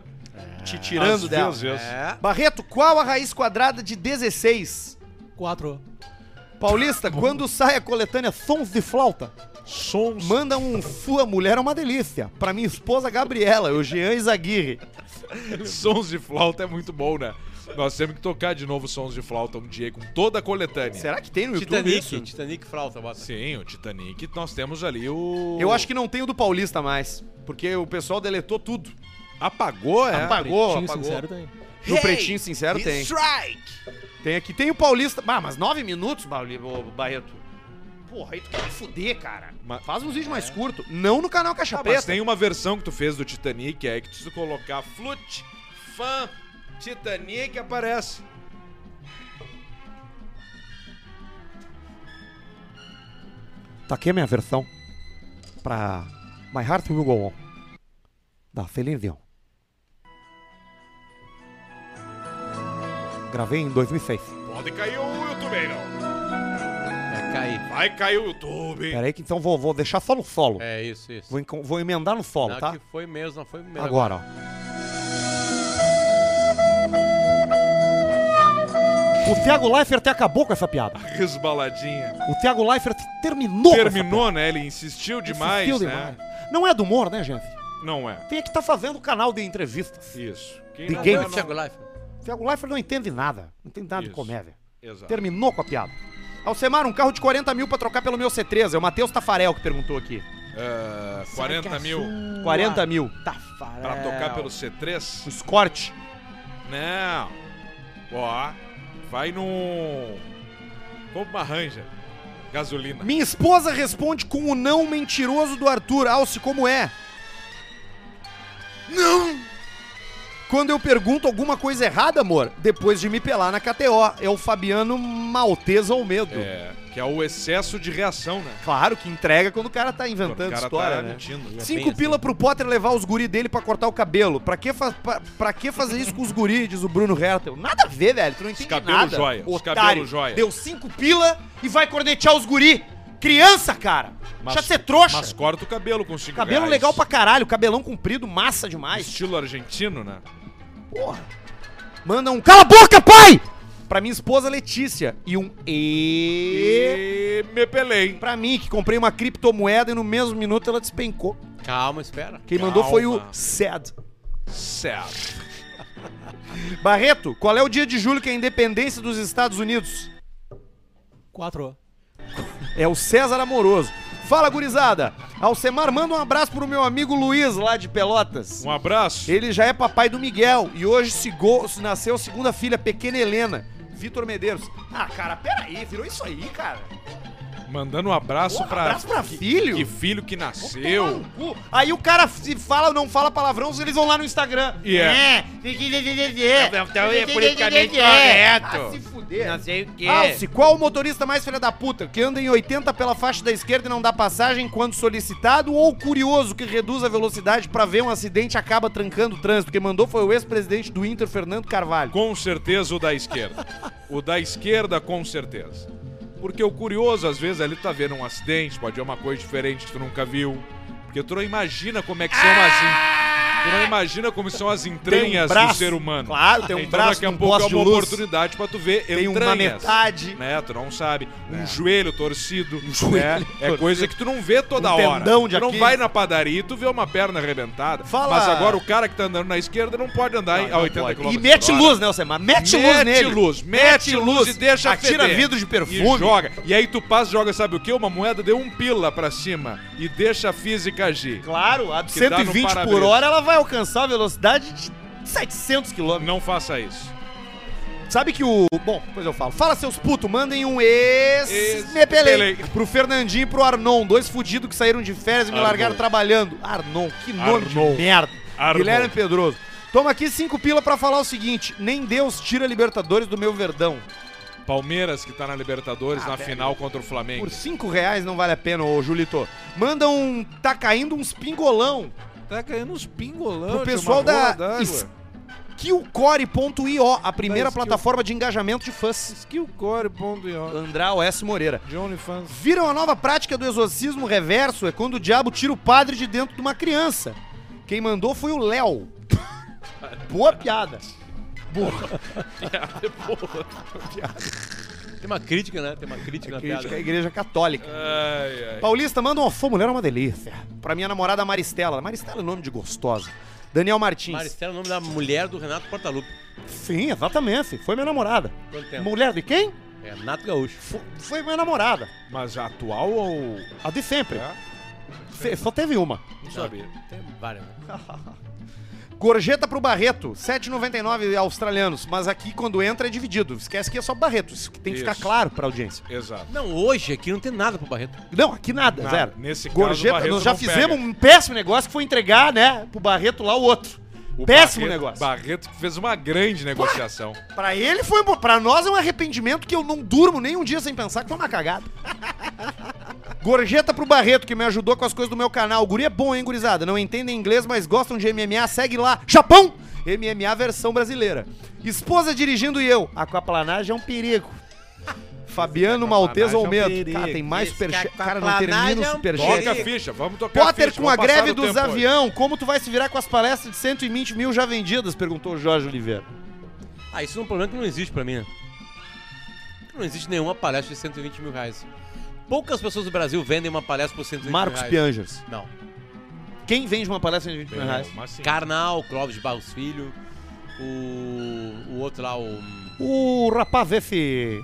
S7: Te tirando
S2: Às
S7: dela.
S2: vezes.
S3: É.
S7: Barreto, qual a raiz quadrada de 16?
S9: 4.
S7: Paulista, quando sai a coletânea Sons de Flauta?
S2: Sons.
S7: Manda um sua mulher é uma delícia. Pra minha esposa Gabriela, o Jean Izaguirre.
S2: Sons de flauta é muito bom, né? Nós temos que tocar de novo sons de flauta um dia com toda a coletânea.
S7: Será que tem no YouTube
S3: Titanic,
S7: isso?
S3: Titanic flauta, bota.
S2: Sim, o Titanic, nós temos ali o.
S7: Eu acho que não tem o do Paulista mais, porque o pessoal deletou tudo.
S2: Apagou, é?
S7: apagou,
S9: Tinha
S7: apagou.
S9: sincero tem.
S7: No Pretinho Sincero tem. Tem aqui, tem o Paulista. Ah, mas nove minutos, Bauli- ô, Barreto. Porra, aí tu quer me fuder, cara.
S2: Mas-
S7: Faz uns vídeos mais curtos. Não no canal Caixa
S2: Ah,
S7: Preta.
S2: mas tem uma versão que tu fez do Titanic, é que tu colocar flute, fã, Titanic aparece.
S7: Tá aqui a minha versão pra My Heart Will Go On, da Celine Dion. Gravei em 2006.
S2: Pode cair o YouTube aí, não.
S3: Vai cair.
S2: Vai cair o YouTube.
S7: Peraí que então vou, vou deixar só no solo.
S3: É isso, isso.
S7: Vou, enco- vou emendar no solo,
S3: não,
S7: tá?
S3: que foi mesmo, não foi mesmo.
S7: Agora, ó. O Thiago Leifert até acabou com essa piada.
S2: Resbaladinha.
S7: O Thiago Leifert terminou com essa
S2: Terminou, né? Ele insistiu
S7: piada.
S2: demais,
S7: Insistiu
S2: né?
S7: demais. Não é do humor, né, gente?
S2: Não é.
S7: Tem que estar fazendo canal de entrevistas.
S2: Isso. Quem
S7: De
S2: não- é,
S7: game.
S2: não-
S3: Thiago Leifert.
S7: O Thiago Leifert não entende nada. Não entende nada de
S2: Isso.
S7: comédia.
S2: Exato.
S7: Terminou com a piada.
S1: Alcemar, um carro de 40 mil pra trocar pelo meu C3. É o Matheus Tafarel que perguntou aqui.
S2: Ah, 40 mil
S1: 40 mil.
S3: Tafarel.
S2: pra tocar pelo C3?
S1: Um Escort.
S2: Não. Ó, vai num... Compra uma ranja. Gasolina.
S1: Minha esposa responde com o não mentiroso do Arthur. Alce, como é? Não! Quando eu pergunto alguma coisa errada, amor, depois de me pelar na KTO, é o Fabiano Malteza ao medo.
S2: É, que é o excesso de reação, né?
S1: Claro que entrega quando o cara tá
S2: Quando
S1: inventando
S2: o cara
S1: história,
S2: tá
S1: né?
S2: mentindo.
S1: Cinco pila pro Potter levar os guri dele pra cortar o cabelo. Pra que, fa pra, pra que fazer isso com os guri, diz o Bruno Hertel. Nada a ver, velho. Tu não entende
S2: cabelo
S1: nada.
S2: joia, os
S1: otário.
S2: cabelo joia.
S1: Deu cinco pila e vai cornetear os guri. Criança, cara.
S2: Mas-
S1: Deixa de ser trouxa.
S2: Mas corta o cabelo com cinco
S7: Cabelo
S2: reais.
S7: legal pra caralho, cabelão comprido, massa demais.
S2: Estilo argentino, né?
S7: Porra. Manda um cala a boca, pai! Pra minha esposa Letícia e um e
S2: E me pelei.
S7: pra mim que comprei uma criptomoeda e no mesmo minuto ela despencou.
S3: Calma, espera.
S7: Quem mandou foi o
S2: Calma.
S7: Sad.
S2: Certo.
S7: Barreto, qual é o dia de julho que é a independência dos Estados Unidos?
S6: 4.
S7: É o César Amoroso. Fala, gurizada. Alcemar, manda um abraço pro meu amigo Luiz lá de Pelotas.
S2: Um abraço.
S7: Ele já é papai do Miguel e hoje se go- se nasceu segunda filha, pequena Helena. Vitor Medeiros.
S1: Ah, cara, peraí. Virou isso aí, cara.
S2: Mandando um abraço pra.
S7: Abraço pra
S2: Que
S7: filho?
S2: filho que nasceu.
S7: um Cu. Aí o cara se fala ou não fala palavrão, eles vão lá no Instagram.
S2: E é.
S7: Então
S1: é politicamente
S7: Ah, se fuder.
S10: sei o quê.
S7: Alce, qual o motorista mais filha da puta? Que anda em 80 pela faixa da esquerda e não dá passagem quando solicitado? Ou curioso que reduz a velocidade pra ver um acidente e acaba trancando o trânsito? Quem mandou foi o ex-presidente do Inter, Fernando Carvalho.
S2: Com certeza o da esquerda. O da esquerda, com certeza. Porque o curioso, às vezes, ali tu tá vendo um acidente, pode ver uma coisa diferente que tu nunca viu. Porque tu não imagina como é que são as.
S7: Ah!
S2: en- Tu não imagina como são as entranhas do ser humano.
S7: Claro, tem um
S2: então
S7: braço
S2: daqui a
S7: num
S2: pouco é
S7: poste de
S2: uma
S7: luz.
S2: oportunidade pra tu ver
S7: Tem uma
S2: entranhas.
S7: metade. É.
S2: né? Tu não sabe. Um joelho torcido. Um
S7: joelho
S2: É coisa que tu não vê toda
S7: Um
S2: hora.
S7: tendão de
S2: tu não
S7: Aquiles.
S2: vai na padaria e tu vê uma perna arrebentada.
S7: Fala.
S2: Mas agora o cara que tá andando na esquerda não pode andar a 80 km.
S7: E mete luz, né, Alcemar? Mete, luz
S2: Mete
S7: nele.
S2: luz, mete luz e deixa
S7: Atira
S2: feder.
S7: vidro de
S2: E
S7: perfume.
S2: joga. E aí tu passa, joga, sabe o quê? Uma moeda deu um pila pra cima e deixa a física agir.
S7: Claro, a
S2: Que dá no
S7: 120 por
S2: para-brisa.
S7: hora ela vai alcançar a velocidade de 700 km.
S2: Não faça isso.
S7: Sabe que o. Bom, depois eu falo. Fala, seus putos, mandem um ex.
S2: Ex-
S7: me pelei.
S2: pelei.
S7: Pro Fernandinho e pro Arnon. Dois fudidos que saíram de férias e me
S2: Arnon.
S7: largaram trabalhando. Arnon, que nome
S2: Arnon.
S7: de merda.
S2: Arnon.
S7: Guilherme Pedroso. Toma aqui cinco pila pra falar o seguinte: nem Deus tira Libertadores do meu verdão.
S2: Palmeiras, que tá na Libertadores, na final contra o Flamengo.
S7: Ah, Por cinco reais não vale a pena, ô Julito. Manda um. Tá caindo uns pingolão.
S2: Tá caindo uns pingolão.
S7: Pro pessoal da skillcore.io, a primeira
S2: Da Skill-
S7: plataforma de engajamento de fãs.
S2: Skillcore.io.
S7: Andral S. Moreira.
S2: De OnlyFans.
S7: Viram a nova prática do exorcismo reverso? É quando o diabo tira o padre de dentro de uma criança. Quem mandou foi o Léo. Boa piada.
S3: Tem uma crítica, né? Tem uma crítica na
S7: Crítica à
S3: piada.
S7: igreja católica.
S2: Ai, ai.
S7: Paulista, manda uma fã, mulher é uma delícia. Pra minha namorada Maristela. Maristela é nome de gostosa. Daniel Martins.
S3: Maristela é o nome da mulher do Renato Portaluppi.
S7: Sim, exatamente. Foi minha namorada.
S3: Quanto tempo?
S7: Mulher de quem?
S3: É Renato Gaúcho.
S7: Fo- Foi minha namorada.
S2: Mas a atual ou.
S7: A de sempre.
S2: É?
S7: Se- Só teve uma.
S2: Não sabia.
S3: Tem várias. né?
S7: Gorjeta pro Barreto, 7,99 australianos. Mas aqui quando entra é dividido. Esquece que é só Barreto. Isso que tem que
S2: Isso.
S7: ficar claro pra audiência.
S2: É, Exato.
S3: Não, hoje aqui não tem nada pro Barreto.
S7: Não, aqui nada,
S2: Nada.
S7: zero.
S2: Nesse caso,
S7: Gorjeta,
S2: o Barreto
S7: nós já
S2: não
S7: fizemos
S2: pega.
S7: um péssimo negócio que foi entregar, né, pro Barreto lá o outro.
S2: O
S7: péssimo
S2: Barreto-
S7: negócio.
S2: Barreto fez uma grande negociação.
S7: Pra ele foi, bom. pra nós é um arrependimento que eu não durmo nem um dia sem pensar que foi uma cagada. Gorjeta pro Barreto, que me ajudou com as coisas do meu canal. O guri é bom, hein, gurizada? Não entendem inglês, mas gostam de MMA, segue lá. Japão! MMA versão brasileira. Esposa dirigindo e eu. Aquaplanagem é um perigo.
S2: é
S7: Fabiano
S2: um
S7: Malteza Almedo. Cara, tem mais superchat. Cara, não termina
S2: é um
S7: o superchat.
S2: Toca a ficha, vamos tocar a
S7: Potter
S2: ficha,
S7: com a
S2: vamos passar
S7: greve
S2: do
S7: dos
S2: tempo hoje.
S7: avião, como tu vai se virar com as palestras de 120 mil já vendidas? Perguntou o Jorge Oliveira.
S3: Ah, isso é um problema que não existe pra mim, né? Não existe nenhuma palestra de 120 mil reais. Poucas pessoas do Brasil vendem uma palestra por 120
S7: Marcos
S3: mil reais.
S7: Piangers.
S3: Não.
S7: Quem vende uma palestra de 20 mil reais?
S2: É, Mas sim.
S3: Carnal, Clóvis de Barros Filho, o, o outro lá, o.
S7: O rapaz esse.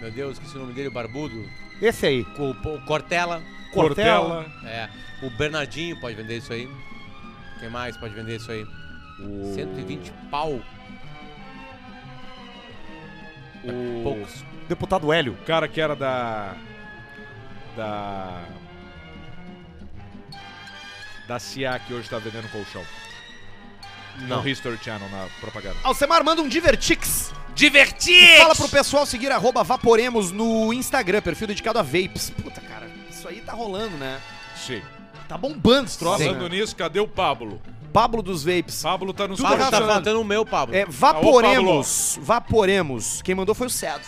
S3: Meu Deus, esqueci o nome dele, o Barbudo.
S7: Esse aí.
S3: O, o Cortella.
S2: Cortella.
S3: É. O Bernardinho pode vender isso aí. Quem mais pode vender isso aí? 120 pau.
S7: É
S2: O
S3: Poucos.
S7: Deputado Hélio.
S2: cara que era da. Da. Da CIA que hoje tá vendendo colchão.
S3: Não.
S2: No History Channel, na propaganda.
S7: Alcemar manda um Divertix.
S2: Divertir!
S7: Fala pro pessoal seguir arroba Vaporemos no Instagram, perfil dedicado a vapes. Puta, cara, isso aí tá rolando, né?
S2: Sim.
S7: Tá bombando esse troço.
S2: Falando
S7: né?
S2: nisso, cadê o Pablo?
S7: Pablo dos vapes.
S2: Pablo tá nos
S7: Tudo
S3: Pablo, tá
S7: relacionado.
S3: faltando o meu, Pablo.
S7: É, vaporemos, vaporemos. Quem mandou foi o Cedo.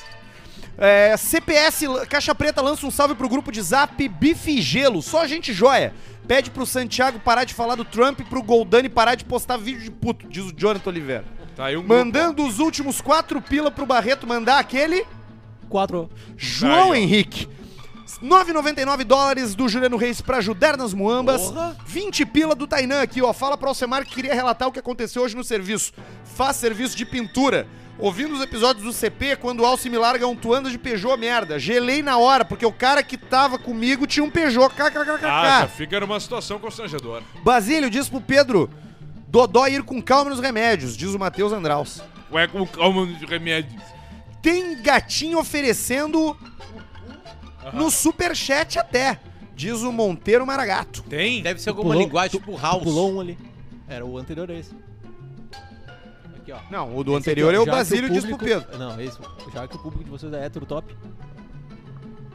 S7: É, CPS, la- Caixa Preta lança um salve pro grupo de zap Bife e Gelo, só gente joia. Pede pro Santiago parar de falar do Trump e pro Goldani parar de postar vídeo de puto, diz o Jonathan Oliveira.
S2: Tá aí um grupo.
S7: Mandando os últimos quatro pila pro Barreto mandar aquele
S6: quatro,
S7: João
S2: Aí, ó.
S7: Henrique. 9,99 dólares do Juliano Reis pra ajudar nas muambas.
S3: Porra.
S7: 20 pila do Tainan aqui, ó. Fala pra Alcemar que queria relatar o que aconteceu hoje no serviço. Faz serviço de pintura. Ouvindo os episódios do CP, quando o Alce me larga um tuanda de Peugeot, merda. Gelei na hora, porque o cara que tava comigo tinha um Peugeot. KKKKK.
S2: Ah, já fica numa situação constrangedora.
S7: Basílio diz pro Pedro, Dodó ir com calma nos remédios, diz o Matheus Andraus.
S2: Ué, com calma de remédios.
S7: Tem gatinho oferecendo no superchat até, diz o Monteiro Maragato.
S2: Tem?
S3: Deve ser
S6: Tu
S3: alguma
S6: pulou-
S3: linguagem
S6: tu-
S3: tipo
S6: tu
S3: house.
S6: Pulou um ali. Era o anterior a esse. Aqui, ó.
S7: Não, o do anterior é o
S6: Já que
S7: Basílio diz pro
S6: público-
S7: Pedro.
S6: Não, esse. Já que o público de vocês é hétero top.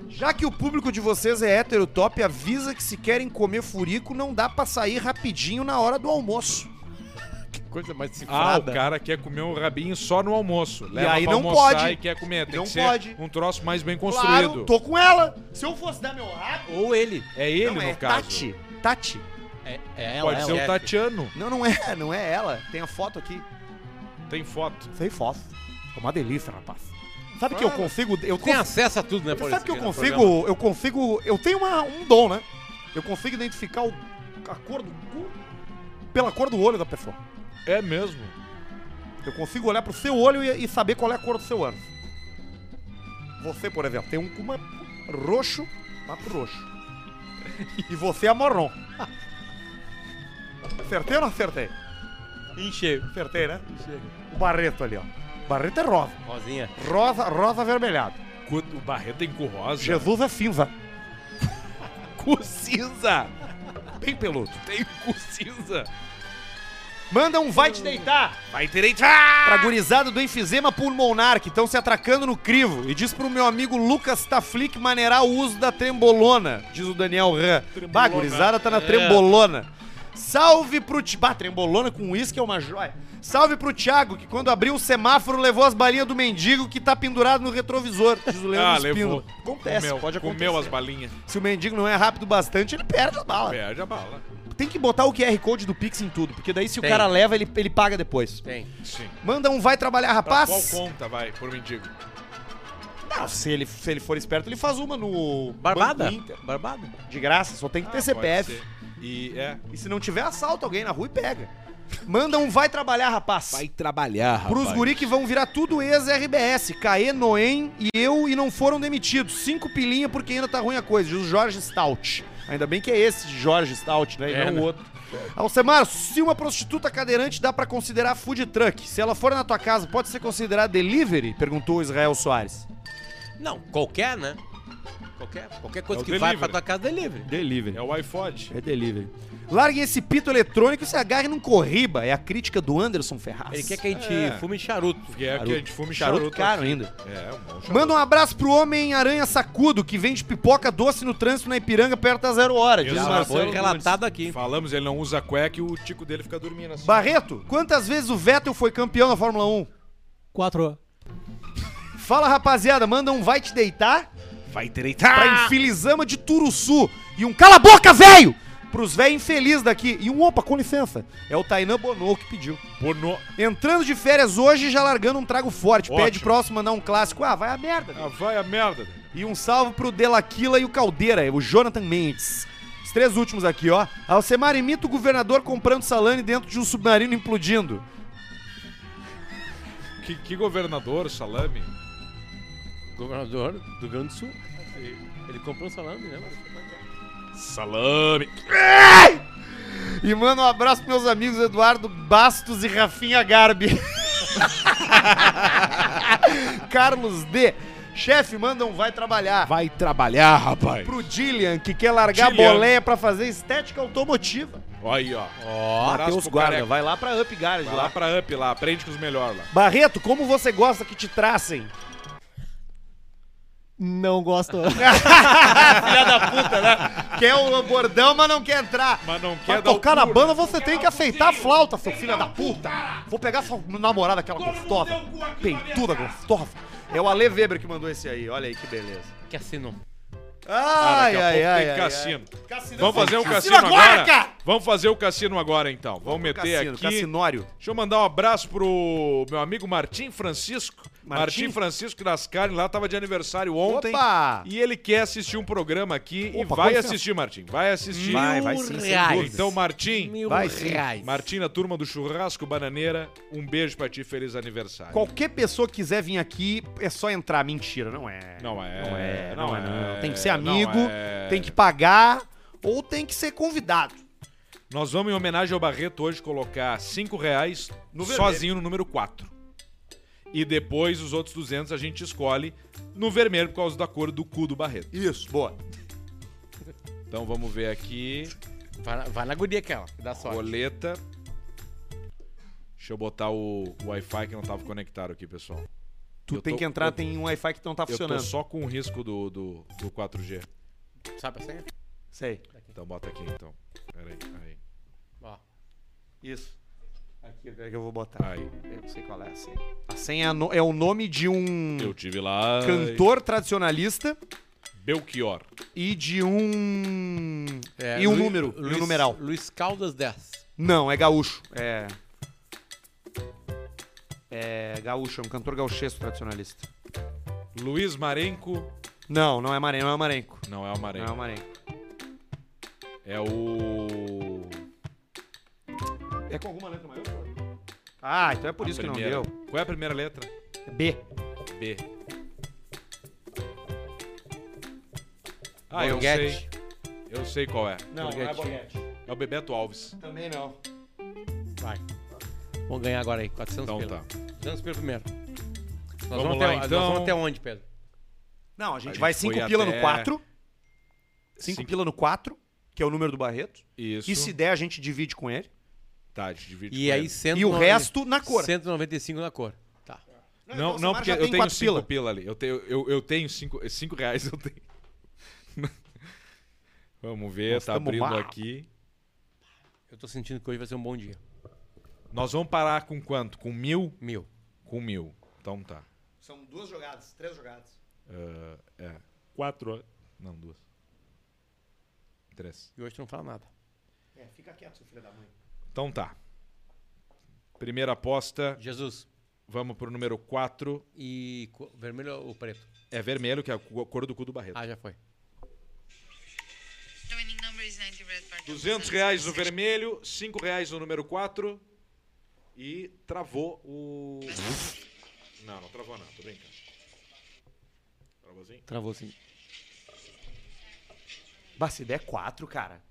S7: Já que o público de vocês é hétero top, avisa que se querem comer furico, não dá pra sair rapidinho na hora do almoço.
S3: Que coisa mais
S2: Ah, o
S3: cifrada.
S2: cara quer comer um rabinho só no almoço. Leva
S7: aí
S2: pra
S7: não
S2: almoçar
S7: pode.
S2: e quer comer. Tem
S7: Não
S2: que ser
S7: pode.
S2: um troço mais bem
S7: Claro,
S2: construído.
S7: tô com ela. Se eu fosse dar meu rabo...
S3: Ou ele.
S2: É ele,
S7: não,
S2: no
S7: é
S2: caso.
S7: Tati. Tati.
S6: É, é ela,
S2: Pode
S6: ela.
S2: ser o
S3: ela.
S2: Tatiano.
S7: Não, não é. Não é ela. Tem a foto aqui.
S2: Tem foto.
S7: Sem foto. É uma delícia, rapaz. Sabe que eu consigo...
S3: Tem
S7: Eu consigo-
S3: acesso a tudo, né,
S7: Você
S3: por
S7: sabe
S3: isso
S7: que eu
S3: aqui no programa.
S7: consigo, eu consigo, eu tenho uma- um dom, né? Eu consigo identificar o- a cor do cu pela cor do olho da pessoa.
S2: É mesmo.
S7: Eu consigo olhar pro seu olho e, e saber qual é a cor do seu ânus. Você, por exemplo, tem um cu ma- roxo, mas roxo. E você é marrom. Acertei ou não acertei?
S3: Encheu.
S7: Acertei, né? O Barreto ali, ó. Barreto é rosa.
S3: Rosinha.
S7: Rosa, rosa avermelhado.
S3: Tá.
S2: Cu- O Barreto tem cu rosa.
S7: Jesus é cinza.
S2: Cu cinza.
S7: Bem peludo.
S2: Tem cu cinza.
S7: Manda um vai te deitar.
S2: Vai direita.
S7: pra gurizada do enfisema pulmonar que estão se atracando no crivo. E diz pro meu amigo Lucas Taflick maneirar o uso da trembolona, diz o Daniel Ram. Bah, a gurizada
S2: É.
S7: tá na trembolona. Salve pro... Ti- Bah, trembolona com uísque é uma joia. Salve pro Thiago, que quando abriu o semáforo levou as balinhas do mendigo que tá pendurado no retrovisor, diz o Leandro
S2: Ah,
S7: Espínola.
S2: levou.
S7: Acontece,
S2: comeu,
S7: pode acontecer.
S2: Comeu as É. balinhas.
S7: Se o mendigo não é rápido bastante, ele perde a bala.
S2: Perde a bala.
S7: Tem que botar o QR Code do Pix em tudo, porque daí se
S3: Tem.
S7: o cara leva, ele, ele paga depois.
S3: Tem.
S2: Sim.
S7: Manda um vai trabalhar,
S2: Pra
S7: rapaz.
S2: qual conta vai, por um mendigo?
S7: Ah, se ele, se ele for esperto, ele faz uma no
S3: Barbada?
S7: Banco Inter.
S3: Barbada?
S7: De graça, só tem que ter
S2: Ah,
S7: CPF.
S2: pode ser. E é.
S7: E se não tiver, assalta alguém na rua e pega. Manda um vai trabalhar, rapaz.
S2: trabalhar, rapaz.
S7: Pros guri que vão virar tudo ex-RBS. Caê, Noem e eu e não foram demitidos. Cinco pilinha porque ainda tá ruim a coisa. Diz o Jorge Stout. Ainda bem que é esse de Jorge Stout, né? E
S3: É,
S7: não
S3: né?
S7: o outro. Alcemar, se uma prostituta cadeirante dá pra considerar food truck, se ela for na tua casa, pode ser considerada delivery? Perguntou o Israel Soares.
S3: Não, qualquer, né? Qualquer, qualquer coisa
S2: É o
S3: que vai
S2: delivery.
S3: pra tua casa é livre.
S7: Delivery.
S2: É o iFod.
S7: É delivery. Larguem esse pito eletrônico e se agarrem num corriba. É a crítica do Anderson Ferraz.
S3: Ele quer que a gente
S2: É.
S3: fume charuto.
S2: Porque é que a gente fume
S7: charuto,
S2: charuto.
S7: caro ainda.
S2: aqui. É, um bom charuto.
S7: Manda um abraço pro Homem-Aranha Sacudo, que vende pipoca doce no trânsito na Ipiranga perto da zero hora. Diz
S2: Exato.
S3: Já
S7: Marcelo
S3: foi
S7: Nunes.
S3: Tá relatado aqui.
S2: Falamos, ele não usa cueca e o tico dele fica dormindo assim.
S7: Barreto, quantas vezes o Vettel foi campeão na Fórmula 1?
S6: Quatro.
S7: Fala, rapaziada, manda um vai te deitar
S2: Vai direitar.
S7: pra Infilizama de Turuçu e um cala a boca, velho! Pros véi infelizes daqui. E um opa, com licença. É o Tainan Bonou que pediu.
S2: Bono...
S7: Entrando de férias hoje e já largando um trago forte. Pede
S2: Ótimo.
S7: próximo mandar um clássico. Ah, vai a merda.
S2: Ah, vai a merda. velho.
S7: E um salve pro Delaquila e o Caldeira, o Jonathan Mendes. Os três últimos aqui, ó. Alcemar imita o governador comprando salame dentro de um submarino implodindo.
S2: Que, que governador, salame.
S3: Governador do Rio Grande do Sul. Ele comprou um salame, né?
S2: Salame.
S7: E manda um abraço pros meus amigos Eduardo Bastos e Rafinha Garbi. Carlos D. Chefe, manda um vai trabalhar.
S1: Vai trabalhar, rapaz.
S7: Pro Dillian, que quer largar
S2: Dillian.
S7: a boleia pra fazer estética automotiva.
S2: Olha aí, ó.
S7: Ó,
S2: Abraço
S7: Matheus
S2: pro
S7: Guarda,
S2: careca.
S7: vai lá pra Up Garage.
S2: Vai
S7: lá.
S2: lá pra up lá, aprende com os melhores lá.
S7: Barreto, como você gosta que te tracem?
S6: Não gosto.
S7: filha da puta, né? Quer o bordão, mas não quer entrar.
S2: Mas não quer
S7: Pra
S2: dar o
S7: tocar na
S2: cu,
S7: banda, você tem que aceitar a flauta, seu filho da puta. Vou pegar sua namorada, aquela gostosa. Peituda gostosa. É o Ale Weber que mandou esse aí. Olha aí que beleza.
S3: Que assinou.
S2: Ah,
S7: Ai,
S2: daqui a
S7: ai,
S2: pouco
S7: ai.
S2: tem
S7: ai,
S2: cassino.
S7: ai. Cassino. é
S2: Vamos fazer um cassino
S7: Cassino agora,
S2: agora?
S7: cara!
S2: Vamos fazer o cassino agora, então. Vamos meter
S7: Cassino,
S2: aqui.
S7: Cassinório.
S2: Deixa eu mandar um abraço pro meu amigo Martim Francisco.
S7: Martim?
S2: Martim, Francisco Grascari lá tava de aniversário ontem.
S7: Opa!
S2: E ele quer assistir um programa aqui e
S7: Opa, com
S2: vai
S7: licença.
S2: assistir, Martim. Vai assistir.
S7: Vai, vai sim, sem
S3: Reais.
S7: dúvidas.
S2: Então, Martim,
S3: Mil
S7: Vai sim.
S3: reais.
S2: Martim, na turma do Churrasco Bananeira, um beijo pra ti, feliz aniversário.
S7: Qualquer pessoa que quiser vir aqui, é só entrar. Mentira, não é.
S2: Não é.
S7: Não é, não,
S2: não
S7: é,
S2: é.
S7: não. Tem que ser
S2: Não
S7: amigo,
S2: é.
S7: tem que pagar ou tem que ser convidado.
S2: Nós vamos, em homenagem ao Barreto, hoje colocar 5 reais
S7: No vermelho.
S2: sozinho no número 4. E depois os outros 200 a gente escolhe no vermelho por causa da cor do cu do Barreto.
S7: Isso, boa.
S2: Então vamos ver aqui.
S3: Vai, na- vai na guria aquela, que dá sorte.
S2: Coleta. Deixa eu botar o Wi-Fi que não tava conectado aqui, pessoal.
S7: Tu
S2: Eu
S7: tem
S2: tô-
S7: que entrar,
S2: eu-
S7: tem um Wi-Fi que não tá
S2: Eu tô
S7: funcionando.
S2: só com o risco do, do, do 4G.
S3: Sabe a senha?
S7: Sei.
S2: Então bota aqui, então. Peraí, aí.
S3: Ó.
S7: Isso. Aqui é que eu vou botar.
S2: Aí.
S7: Eu não sei qual é a senha. A senha é no- é o nome de um
S2: Eu tive lá.
S7: cantor tradicionalista
S2: Belchior.
S7: e de um.
S3: É,
S7: e um
S3: Lu-
S7: número. E
S3: Luiz-
S7: um numeral.
S3: Luiz Caldas 10.
S7: Não, é gaúcho. É. É gaúcho, é um cantor gauchesco tradicionalista.
S2: Luiz Marenco.
S7: Não, não é Marenco, não é Marenco.
S2: Não é o
S7: Não
S2: Marenco.
S7: é Marenco.
S2: É o.
S7: É com alguma letra maior? Ah, então é por isso que não
S2: Primeira.
S7: deu.
S2: Qual é a primeira letra?
S7: B.
S2: B. Ah,
S3: Borghetti.
S2: eu sei. Eu sei qual é.
S7: Não,
S3: não é
S2: É o Bebeto Alves.
S7: Também não.
S3: Vai. Vamos ganhar agora aí, 400
S2: Então
S3: pelo.
S2: tá.
S3: 400 pelo primeiro. Nós
S2: Vamos
S3: vamos,
S2: lá,
S3: até,
S2: então.
S3: nós vamos até onde, Pedro?
S7: Não, a gente
S2: gente
S7: vai
S2: foi
S7: 5 pila no
S2: até
S7: 4. 5
S2: Cinco-
S7: pila no 4, que é o número do Barreto.
S2: Isso.
S7: E se der, a gente divide com ele.
S2: Tá, te divide
S3: É. E
S2: com
S3: aí
S2: ele.
S3: 100
S7: E o resto na cor.
S3: 195 na cor. Tá.
S7: então
S2: Não, não, porque eu tenho 5 pila. ali. Eu tenho, eu, eu tenho cinco, cinco reais, eu tenho. Vamos ver,
S7: Nós
S2: tá
S7: tamo
S2: abrindo
S7: mal.
S2: aqui.
S3: Eu tô sentindo que hoje vai ser um bom dia.
S2: Nós vamos parar com quanto? Com mil?
S3: Mil.
S2: Com mil. Então tá.
S7: São duas jogadas, três jogadas.
S2: É. Quatro. Não, duas. Três.
S3: E hoje tu não fala nada.
S7: É, fica quieto, seu filho da mãe.
S2: Então tá. Primeira aposta,
S3: Jesus.
S2: vamos pro número 4.
S3: E co- vermelho ou preto?
S2: É vermelho, que é a cu- a cor do cu do Barreto.
S3: Ah, já foi.
S2: 200 reais no vermelho, 5 reais no número 4. E travou o. Não, não travou não, tô brincando. Travou sim?
S3: Travou sim.
S7: Bah, se der 4, cara.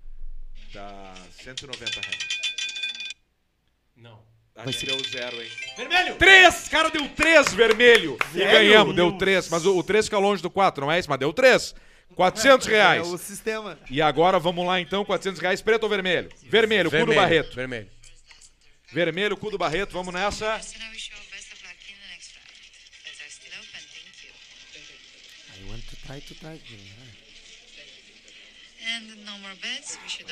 S2: Dá 190 reais.
S3: Não.
S2: Acho que deu zero, hein? Vermelho! 3! Cara, deu 3 vermelho! E ganhamos, deu 3. Mas o 3 fica longe do 4, não é isso? Mas deu 3. 400 reais.
S7: É o sistema.
S2: E agora vamos lá então, 400 reais, preto ou vermelho? Vermelho, cu do Barreto.
S3: Vermelho.
S2: Vermelho, cu do Barreto, vamos nessa.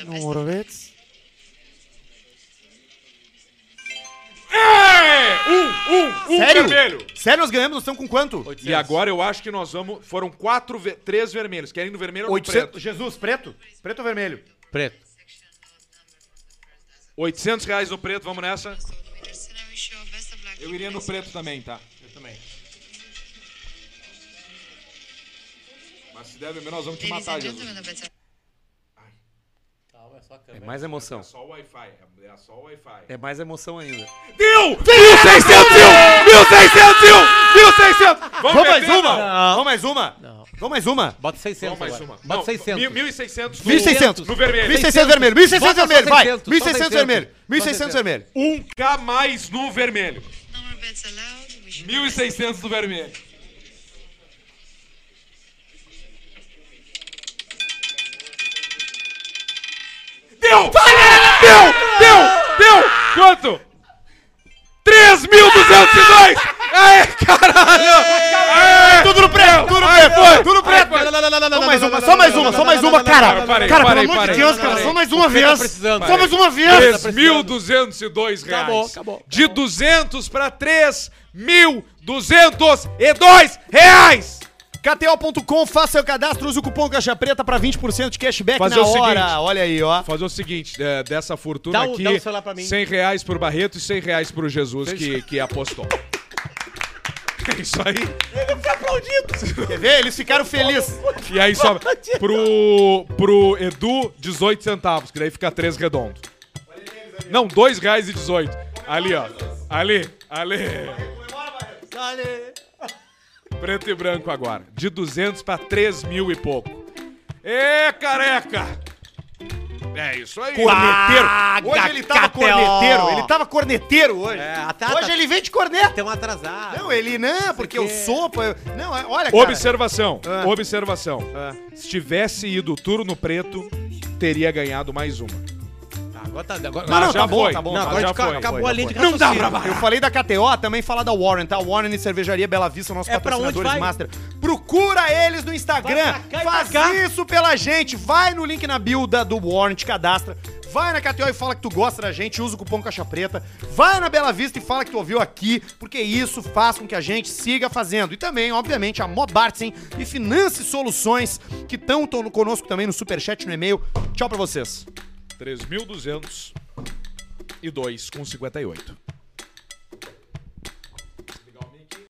S6: Não, Morovets.
S2: É! Um, um, um
S7: Sério?
S2: vermelho.
S7: Sério, nós ganhamos, nós estamos com quanto?
S2: E agora eu acho que nós vamos. Foram quatro, ve- três vermelhos. Querem no vermelho ou no
S7: 800.
S2: preto?
S7: Jesus, preto? Preto ou vermelho?
S3: Preto.
S2: 800 reais no preto, vamos nessa?
S10: Eu
S2: Eu iria no preto também, tá? Eu também. Mas se der vermelho, nós vamos te matar, Jesus.
S3: Calma, é só a
S7: É
S3: câmera.
S7: mais emoção.
S2: só o Wi-Fi, é- é só o Wi-Fi.
S7: É mais emoção ainda.
S2: Deu!
S7: 1600 1600 1600! Vamos mais
S2: perder,
S7: uma!
S3: não.
S7: Vamos mais uma!
S3: Não.
S7: Vamos mais uma!
S3: Bota 600
S2: Só mais
S3: agora.
S2: uma.
S3: Bota 600.
S2: mil- 1.600 no-
S7: 1600!
S2: no vermelho.
S7: 1600 vermelho! 1600
S3: Bota só
S7: vermelho! Vai!
S3: 600, só
S7: 1600
S3: 600.
S7: vermelho! 1600
S3: Só
S7: vermelho!
S2: 1K mais no vermelho. 1.600 no vermelho. Deu! Deu! Deu! Deu! Quanto? 3.202! Aê, caralho! Aê!
S7: Tudo no preto! Tudo no preto!
S2: foi.
S7: Tudo no preto! Só mais uma, só mais uma, só mais uma, cara!
S2: não, parei,
S7: Cara, pelo
S2: parei,
S7: amor de
S2: parei,
S7: Deus,
S2: parei.
S7: cara, só mais uma
S3: Você tá
S7: vez!
S3: precisando.
S7: Só mais uma vez!
S2: 3.202 reais.
S3: Acabou, acabou.
S2: De 200 para 3.202 reais.
S7: KTO.com, faça seu cadastro, use o cupom Caixa Preta pra 20% de cashback
S2: Fazer
S7: na
S2: o
S7: hora.
S2: seguinte.
S7: Olha aí, ó.
S2: Fazer o seguinte, é, dessa fortuna
S3: Dá o-
S2: aqui,
S3: dá o celular pra mim.
S2: 100 reais pro Barreto e 100 reais pro Jesus que, que apostou. É isso aí.
S7: Quer ver? Eles ficaram felizes.
S2: E aí sobe pro, pro Edu, 18 centavos, que daí fica 3 redondo. Não, 2 reais e 18. Ali, ó. Ali, ali. Preto e branco agora. De 200 pra 3 mil e pouco. Ê, careca! É isso aí.
S7: Corneteiro.
S2: Corneteiro.
S7: Hoje ele tava
S3: KTO.
S7: corneteiro. Ele tava corneteiro hoje.
S3: É, até-
S7: hoje
S3: até-
S7: ele vem de corneta.
S3: Tem um atrasado.
S7: Não, ele não, porque eu sou. pô, eu- Não, é- olha, cara.
S2: Observação,
S7: Ah.
S2: observação. Se tivesse ido turno preto, teria ganhado mais uma.
S3: Tá, agora tá. Agora,
S7: Não, não,
S2: já
S7: tá bom,
S2: foi.
S7: tá bom.
S3: não,
S7: tá
S3: agora
S7: bom.
S2: já
S3: a gente
S2: foi,
S3: acabou
S7: já
S3: a linha de
S2: foi. Não dá
S3: raciocínio.
S2: pra
S7: Eu falei da KTO, também falar da Warren, tá? Warren e Cervejaria Bela Vista, nossos
S3: É pra
S7: patrocinadores
S3: onde vai?
S7: master. Procura eles no Instagram.
S3: Vai pra cá e
S7: Faz
S3: pra cá.
S7: isso pela gente. Vai no link na bio da- do Warren, te cadastra. Vai na KTO e fala que tu gosta da gente, usa o cupom Caixa Preta. Vai na Bela Vista e fala que tu ouviu aqui, porque isso faz com que a gente siga fazendo. E também, obviamente, a Mobartsen e Finance Soluções, que estão conosco também no Superchat, no e-mail. Tchau pra vocês.
S2: 3.202 com 58.